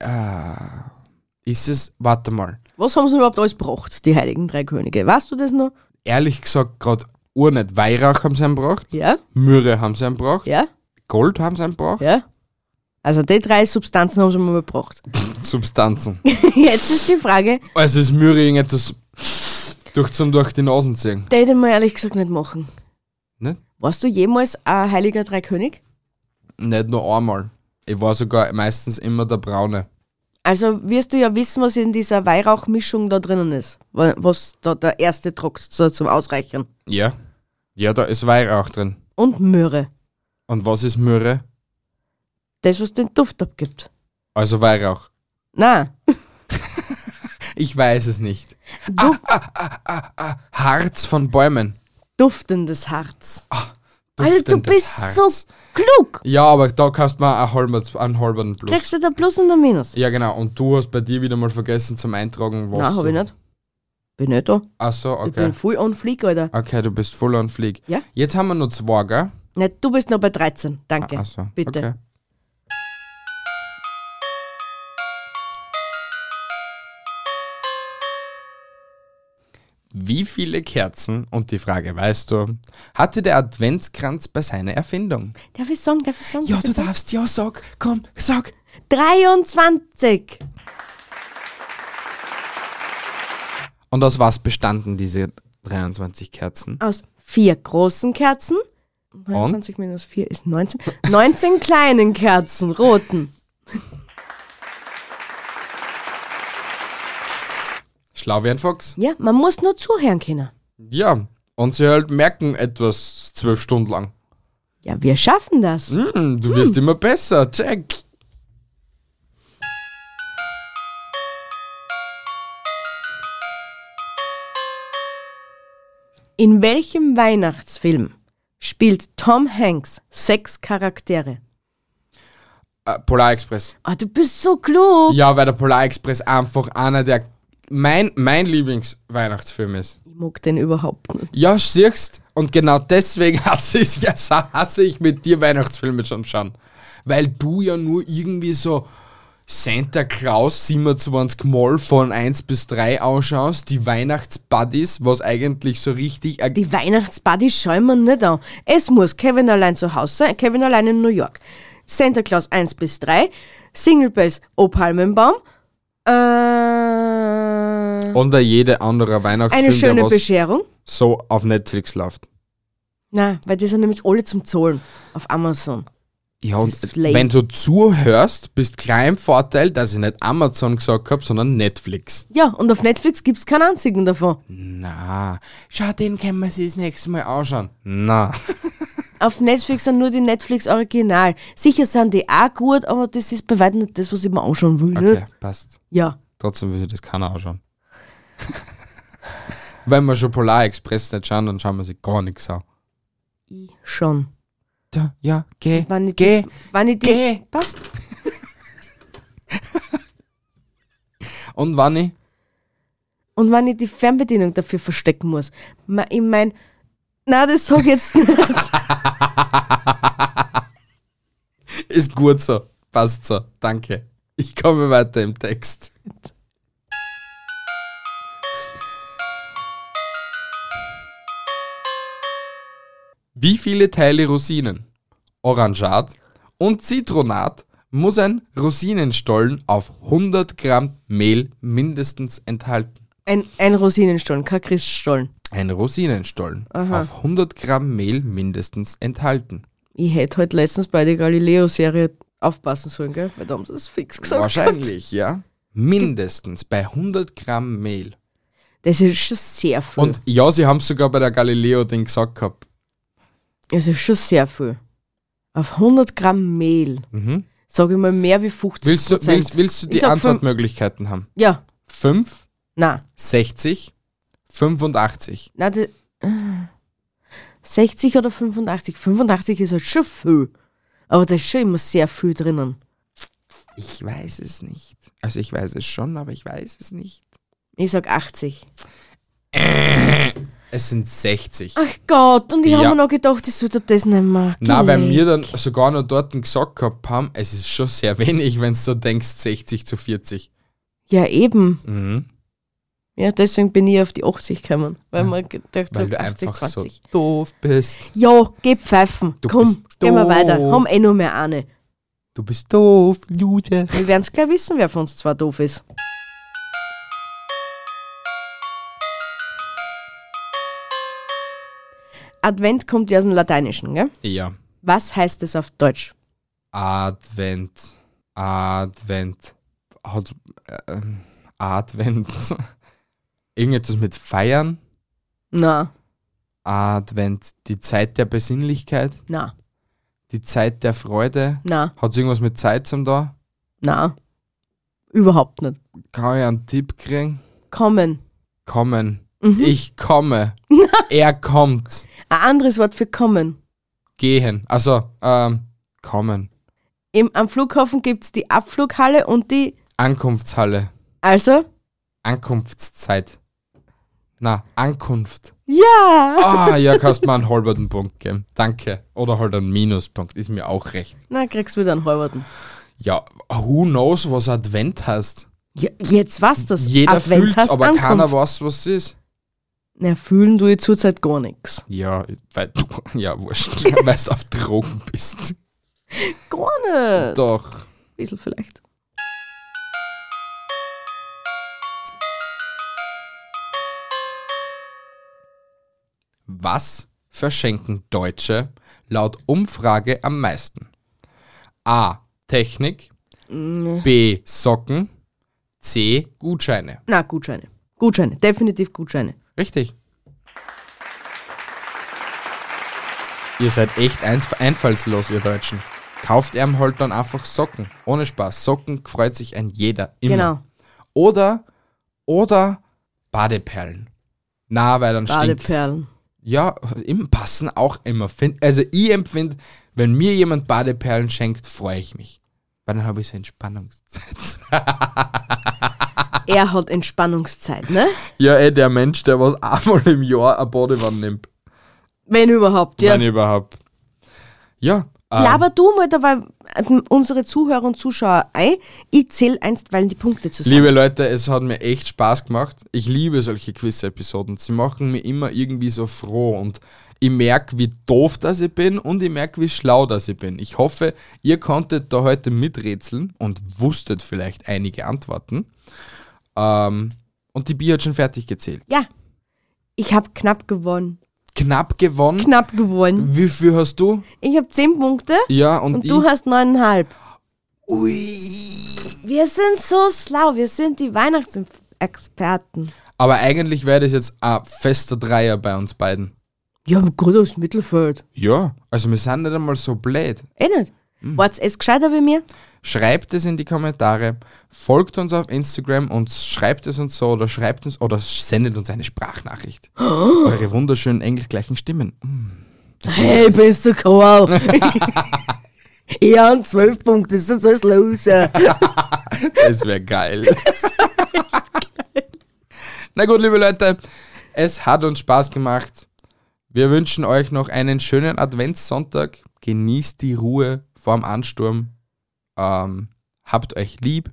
[SPEAKER 3] Ah, ist es. Warte mal.
[SPEAKER 4] was haben sie überhaupt alles gebracht, die heiligen drei Könige? Weißt du das noch?
[SPEAKER 3] Ehrlich gesagt, gerade Urnet Weihrauch haben sie einen gebracht.
[SPEAKER 4] Ja,
[SPEAKER 3] Möhre haben sie einen gebracht.
[SPEAKER 4] ja,
[SPEAKER 3] Gold haben sie einen gebracht.
[SPEAKER 4] ja. Also die drei Substanzen haben sie mal gebracht.
[SPEAKER 3] Substanzen.
[SPEAKER 4] Jetzt ist die Frage,
[SPEAKER 3] Also ist Möhre irgendetwas durch zum durch die Nasen ziehen.
[SPEAKER 4] die hätte ich mir ehrlich gesagt nicht machen.
[SPEAKER 3] Nicht?
[SPEAKER 4] Warst du jemals ein heiliger Dreikönig?
[SPEAKER 3] Nicht nur einmal. Ich war sogar meistens immer der Braune.
[SPEAKER 4] Also wirst du ja wissen, was in dieser Weihrauchmischung da drinnen ist. wa- Was da der erste Druck so zum Ausreichern.
[SPEAKER 3] Ja. Ja, da ist Weihrauch drin.
[SPEAKER 4] Und Möhre.
[SPEAKER 3] Und was ist Myrrhe?
[SPEAKER 4] Das, was den Duft abgibt.
[SPEAKER 3] Also Weihrauch.
[SPEAKER 4] Na,
[SPEAKER 3] Ich weiß es nicht. Ah, ah, ah, ah, ah. Harz von Bäumen.
[SPEAKER 4] duftendes Harz. Also du
[SPEAKER 3] Duftendes
[SPEAKER 4] bist
[SPEAKER 3] Harz.
[SPEAKER 4] so klug.
[SPEAKER 3] Ja, aber da kannst du mal einen halben, einen halben Plus.
[SPEAKER 4] Kriegst du da Plus und ein Minus?
[SPEAKER 3] ja, genau. Und du hast bei dir wieder mal vergessen zum Eintragen, was.
[SPEAKER 4] Nein,
[SPEAKER 3] du-
[SPEAKER 4] hab ich nicht. Bin nicht da.
[SPEAKER 3] Ach so,
[SPEAKER 4] Ich bin
[SPEAKER 3] okay.
[SPEAKER 4] voll on fleek, Alter.
[SPEAKER 3] Okay, du bist voll on Flieg.
[SPEAKER 4] Ja.
[SPEAKER 3] Jetzt haben wir nur zwei, gell?
[SPEAKER 4] Nein, du bist noch bei 13. Danke.
[SPEAKER 3] Ah, Ach so,
[SPEAKER 4] Bitte.
[SPEAKER 3] Okay. Wie viele Kerzen, und die Frage weißt du, hatte der Adventskranz bei seiner Erfindung?
[SPEAKER 4] Darf ich sagen, darf ich sagen?
[SPEAKER 3] Ja,
[SPEAKER 4] darf
[SPEAKER 3] du
[SPEAKER 4] ich sagen?
[SPEAKER 3] darfst, ja, Oh, sag, komm, sag.
[SPEAKER 4] 23.
[SPEAKER 3] Und aus was bestanden diese 23 Kerzen?
[SPEAKER 4] Aus vier großen Kerzen. 23 minus 4 ist 19. 19 kleinen Kerzen, roten.
[SPEAKER 3] Schlau wie ein Fuchs.
[SPEAKER 4] Ja, man muss nur zuhören können.
[SPEAKER 3] Ja, und sie halt merken etwas zwölf Stunden lang.
[SPEAKER 4] Ja, wir schaffen das.
[SPEAKER 3] Hm, du wirst immer besser, check.
[SPEAKER 4] In welchem Weihnachtsfilm spielt Tom Hanks sechs Charaktere?
[SPEAKER 3] Äh, Polar Express.
[SPEAKER 4] Ah, du bist so klug.
[SPEAKER 3] Ja, weil der Polar Express einfach einer der mein, mein Lieblingsweihnachtsfilm ist.
[SPEAKER 4] Ich mag den überhaupt nicht.
[SPEAKER 3] Ja, siehst und genau deswegen hasse ich, ja, sa- hasse ich mit dir Weihnachtsfilme schon schauen. Weil du ja nur irgendwie so Santa Claus 27 Mal von 1 bis 3 ausschaust, die Weihnachtsbuddies, was eigentlich so richtig ein
[SPEAKER 4] Die Weihnachtsparty schauen wir nicht an. Es muss Kevin allein zu Hause sein, Kevin allein in New York. Santa Claus 1 bis 3, Single Bells, O Palmenbaum, äh, eine
[SPEAKER 3] unter jede andere Weihnachtsfilm,
[SPEAKER 4] schöne
[SPEAKER 3] Oh, der was
[SPEAKER 4] Bescherung.
[SPEAKER 3] so auf Netflix läuft.
[SPEAKER 4] Na, weil die sind nämlich alle zum Zahlen auf Amazon.
[SPEAKER 3] Ja,
[SPEAKER 4] Das
[SPEAKER 3] und
[SPEAKER 4] ist lame.
[SPEAKER 3] wenn du zuhörst, bist klar im Vorteil, dass ich nicht Amazon gesagt habe, sondern Netflix.
[SPEAKER 4] Ja, und auf Netflix gibt's keinen einzigen davon.
[SPEAKER 3] Na, schau, den können wir sich das nächste Mal anschauen. Na.
[SPEAKER 4] Auf Netflix sind nur die Netflix Original. Sicher sind die auch gut, aber das ist bei weitem nicht das, was ich mir anschauen will.
[SPEAKER 3] Okay,
[SPEAKER 4] Ne?
[SPEAKER 3] passt.
[SPEAKER 4] Ja.
[SPEAKER 3] Trotzdem will ich das keiner anschauen. wenn wir schon Polar Express nicht schauen, dann schauen wir sich gar nichts an.
[SPEAKER 4] Ich schon.
[SPEAKER 3] Ja, ja, geh,
[SPEAKER 4] Wann ich
[SPEAKER 3] geh,
[SPEAKER 4] die, wann ich die,
[SPEAKER 3] geh.
[SPEAKER 4] Passt.
[SPEAKER 3] Und wann ich?
[SPEAKER 4] Und wenn ich die Fernbedienung dafür verstecken muss. Ma- Ich mein, na, das sag ich jetzt nicht.
[SPEAKER 3] Ist gut so. Passt so. Danke. Ich komme weiter im Text. Wie viele Teile Rosinen, Orangat und Zitronat muss ein Rosinenstollen auf 100 Gramm Mehl mindestens enthalten?
[SPEAKER 4] Ein, ein Rosinenstollen, kein Christstollen.
[SPEAKER 3] Ein Rosinenstollen auf 100 Gramm Mehl mindestens enthalten.
[SPEAKER 4] Ich hätte heute letztens bei der Galileo-Serie aufpassen sollen, gell? Weil da haben sie es fix gesagt.
[SPEAKER 3] Wahrscheinlich, ja. Mindestens bei 100 Gramm Mehl.
[SPEAKER 4] Das ist schon sehr viel.
[SPEAKER 3] Und ja, sie haben sogar bei der Galileo-Ding gesagt gehabt.
[SPEAKER 4] Es ist schon sehr viel. Auf 100 Gramm Mehl
[SPEAKER 3] Mhm.
[SPEAKER 4] sage ich mal mehr wie 50
[SPEAKER 3] Willst, du,
[SPEAKER 4] Prozent.
[SPEAKER 3] willst, willst du
[SPEAKER 4] Ich
[SPEAKER 3] die
[SPEAKER 4] sag
[SPEAKER 3] Antwortmöglichkeiten haben?
[SPEAKER 4] fünf- Ja,
[SPEAKER 3] 5,
[SPEAKER 4] na,
[SPEAKER 3] 60, 85.
[SPEAKER 4] na de, äh, 60 oder 85. 85 ist halt schon viel. Aber da ist schon immer sehr viel drinnen.
[SPEAKER 3] Ich weiß es nicht. Also ich weiß es schon, aber ich weiß es nicht.
[SPEAKER 4] Ich sag 80.
[SPEAKER 3] Es sind 60.
[SPEAKER 4] Ach Gott, und ich
[SPEAKER 3] Ja.
[SPEAKER 4] habe mir noch gedacht, ich sollte das nicht machen.
[SPEAKER 3] Na, weil mir dann sogar noch dort gesagt gehabt haben, es ist schon sehr wenig, wenn du so denkst, 60 zu 40.
[SPEAKER 4] Ja, eben.
[SPEAKER 3] Mhm.
[SPEAKER 4] Ja, deswegen bin ich auf die 80 gekommen. Weil man gedacht
[SPEAKER 3] Weil
[SPEAKER 4] hat,
[SPEAKER 3] du
[SPEAKER 4] 80,
[SPEAKER 3] einfach
[SPEAKER 4] 20.
[SPEAKER 3] so doof bist.
[SPEAKER 4] Ja, geh pfeifen.
[SPEAKER 3] Du bist
[SPEAKER 4] Komm, gehen wir
[SPEAKER 3] doof.
[SPEAKER 4] weiter. Haben eh noch mehr eine.
[SPEAKER 3] Du bist doof, Jude.
[SPEAKER 4] Wir werden es gleich wissen, wer von uns zwei doof ist. Advent kommt ja aus dem Lateinischen, gell?
[SPEAKER 3] Ja.
[SPEAKER 4] Was heißt es auf Deutsch?
[SPEAKER 3] Advent. Advent. Hat, äh, ähm, Advent. Irgendetwas mit Feiern.
[SPEAKER 4] Na,
[SPEAKER 3] Advent. Die Zeit der Besinnlichkeit.
[SPEAKER 4] na,
[SPEAKER 3] Die Zeit der Freude.
[SPEAKER 4] na,
[SPEAKER 3] Hat irgendwas mit Zeit zum da?
[SPEAKER 4] na. Überhaupt nicht.
[SPEAKER 3] Kann ich einen Tipp kriegen?
[SPEAKER 4] Kommen.
[SPEAKER 3] Kommen. Ich komme. er kommt.
[SPEAKER 4] Ein anderes Wort für kommen.
[SPEAKER 3] Gehen. Also, ähm, kommen.
[SPEAKER 4] Im, am Flughafen gibt es die Abflughalle und die.
[SPEAKER 3] Ankunftshalle.
[SPEAKER 4] Also?
[SPEAKER 3] Ankunftszeit. Na, Ankunft.
[SPEAKER 4] Ja!
[SPEAKER 3] Ah, ja, kannst mir einen halberten Punkt geben. Danke. Oder halt einen Minuspunkt. Ist mir auch recht.
[SPEAKER 4] Na, kriegst du wieder einen Halberten.
[SPEAKER 3] Ja, who knows, was Advent heißt?
[SPEAKER 4] Ja, jetzt was das.
[SPEAKER 3] Jeder
[SPEAKER 4] Advent
[SPEAKER 3] fühlt's,
[SPEAKER 4] heißt
[SPEAKER 3] aber keiner
[SPEAKER 4] Ankunft.
[SPEAKER 3] weiß, was es ist.
[SPEAKER 4] Na, fühlen du zurzeit gar nichts.
[SPEAKER 3] Ja, weil du, ja, wurscht, weil du auf Drogen bist.
[SPEAKER 4] Gar nicht.
[SPEAKER 3] Doch.
[SPEAKER 4] bisschen vielleicht.
[SPEAKER 3] Was verschenken Deutsche laut Umfrage am meisten? A. Technik. B. Socken. C. Gutscheine.
[SPEAKER 4] Na, Gutscheine. Gutscheine, definitiv Gutscheine.
[SPEAKER 3] Richtig. Ihr seid echt einf- einfallslos, ihr Deutschen. Kauft ihm halt dann einfach Socken. Ohne Spaß. Socken freut sich ein jeder. Immer.
[SPEAKER 4] Genau.
[SPEAKER 3] Oder, oder Badeperlen. Na, weil dann stinkst.
[SPEAKER 4] Badeperlen.
[SPEAKER 3] Ja, im passen auch immer. Fin- Also ich empfinde, wenn mir jemand Badeperlen schenkt, freue ich mich. Weil dann habe ich so Entspannungszeit.
[SPEAKER 4] Er hat Entspannungszeit, ne?
[SPEAKER 3] Ja, ey, der Mensch, der was einmal im Jahr eine Badewanne nimmt.
[SPEAKER 4] Wenn überhaupt, ja.
[SPEAKER 3] wenn überhaupt. Ja. ähm,
[SPEAKER 4] Laber du mal dabei ähm, unsere Zuhörer und Zuschauer ein. Ich zähle einstweilen die Punkte zusammen.
[SPEAKER 3] liebe Leute, es hat mir echt Spaß gemacht. Ich liebe solche Quiz-Episoden. Sie machen mich immer irgendwie so froh und ich merke, wie doof das ich bin und ich merke, wie schlau das ich bin. Ich hoffe, ihr konntet da heute miträtseln und wusstet vielleicht einige Antworten. Ähm, und die Bier hat schon fertig gezählt.
[SPEAKER 4] ja. Ich habe knapp gewonnen.
[SPEAKER 3] knapp gewonnen.
[SPEAKER 4] Knapp gewonnen.
[SPEAKER 3] Wie viel hast du?
[SPEAKER 4] Ich habe 10 Punkte
[SPEAKER 3] Ja, und,
[SPEAKER 4] Mhm. und
[SPEAKER 3] ich.
[SPEAKER 4] du hast 9,5.
[SPEAKER 3] Ui.
[SPEAKER 4] Wir sind so schlau. Wir sind die Weihnachtsexperten.
[SPEAKER 3] Aber eigentlich wäre das jetzt ein fester Dreier bei uns beiden.
[SPEAKER 4] Ja, gut aus Mittelfeld.
[SPEAKER 3] Ja, also wir sind nicht einmal so blöd.
[SPEAKER 4] Eh nicht. Wart's es gescheiter wie mir?
[SPEAKER 3] Schreibt es in die Kommentare, folgt uns auf Instagram und schreibt es uns so oder schreibt uns oder sendet uns eine Sprachnachricht. Eure wunderschönen englischgleichen Stimmen.
[SPEAKER 4] Hey, bist du Koal? ich habe 12 Punkte, das ist alles loser.
[SPEAKER 3] Das wäre geil. Na gut, liebe Leute, es hat uns Spaß gemacht. Wir wünschen euch noch einen schönen Adventssonntag. Genießt die Ruhe vorm Ansturm. Ähm, habt euch lieb.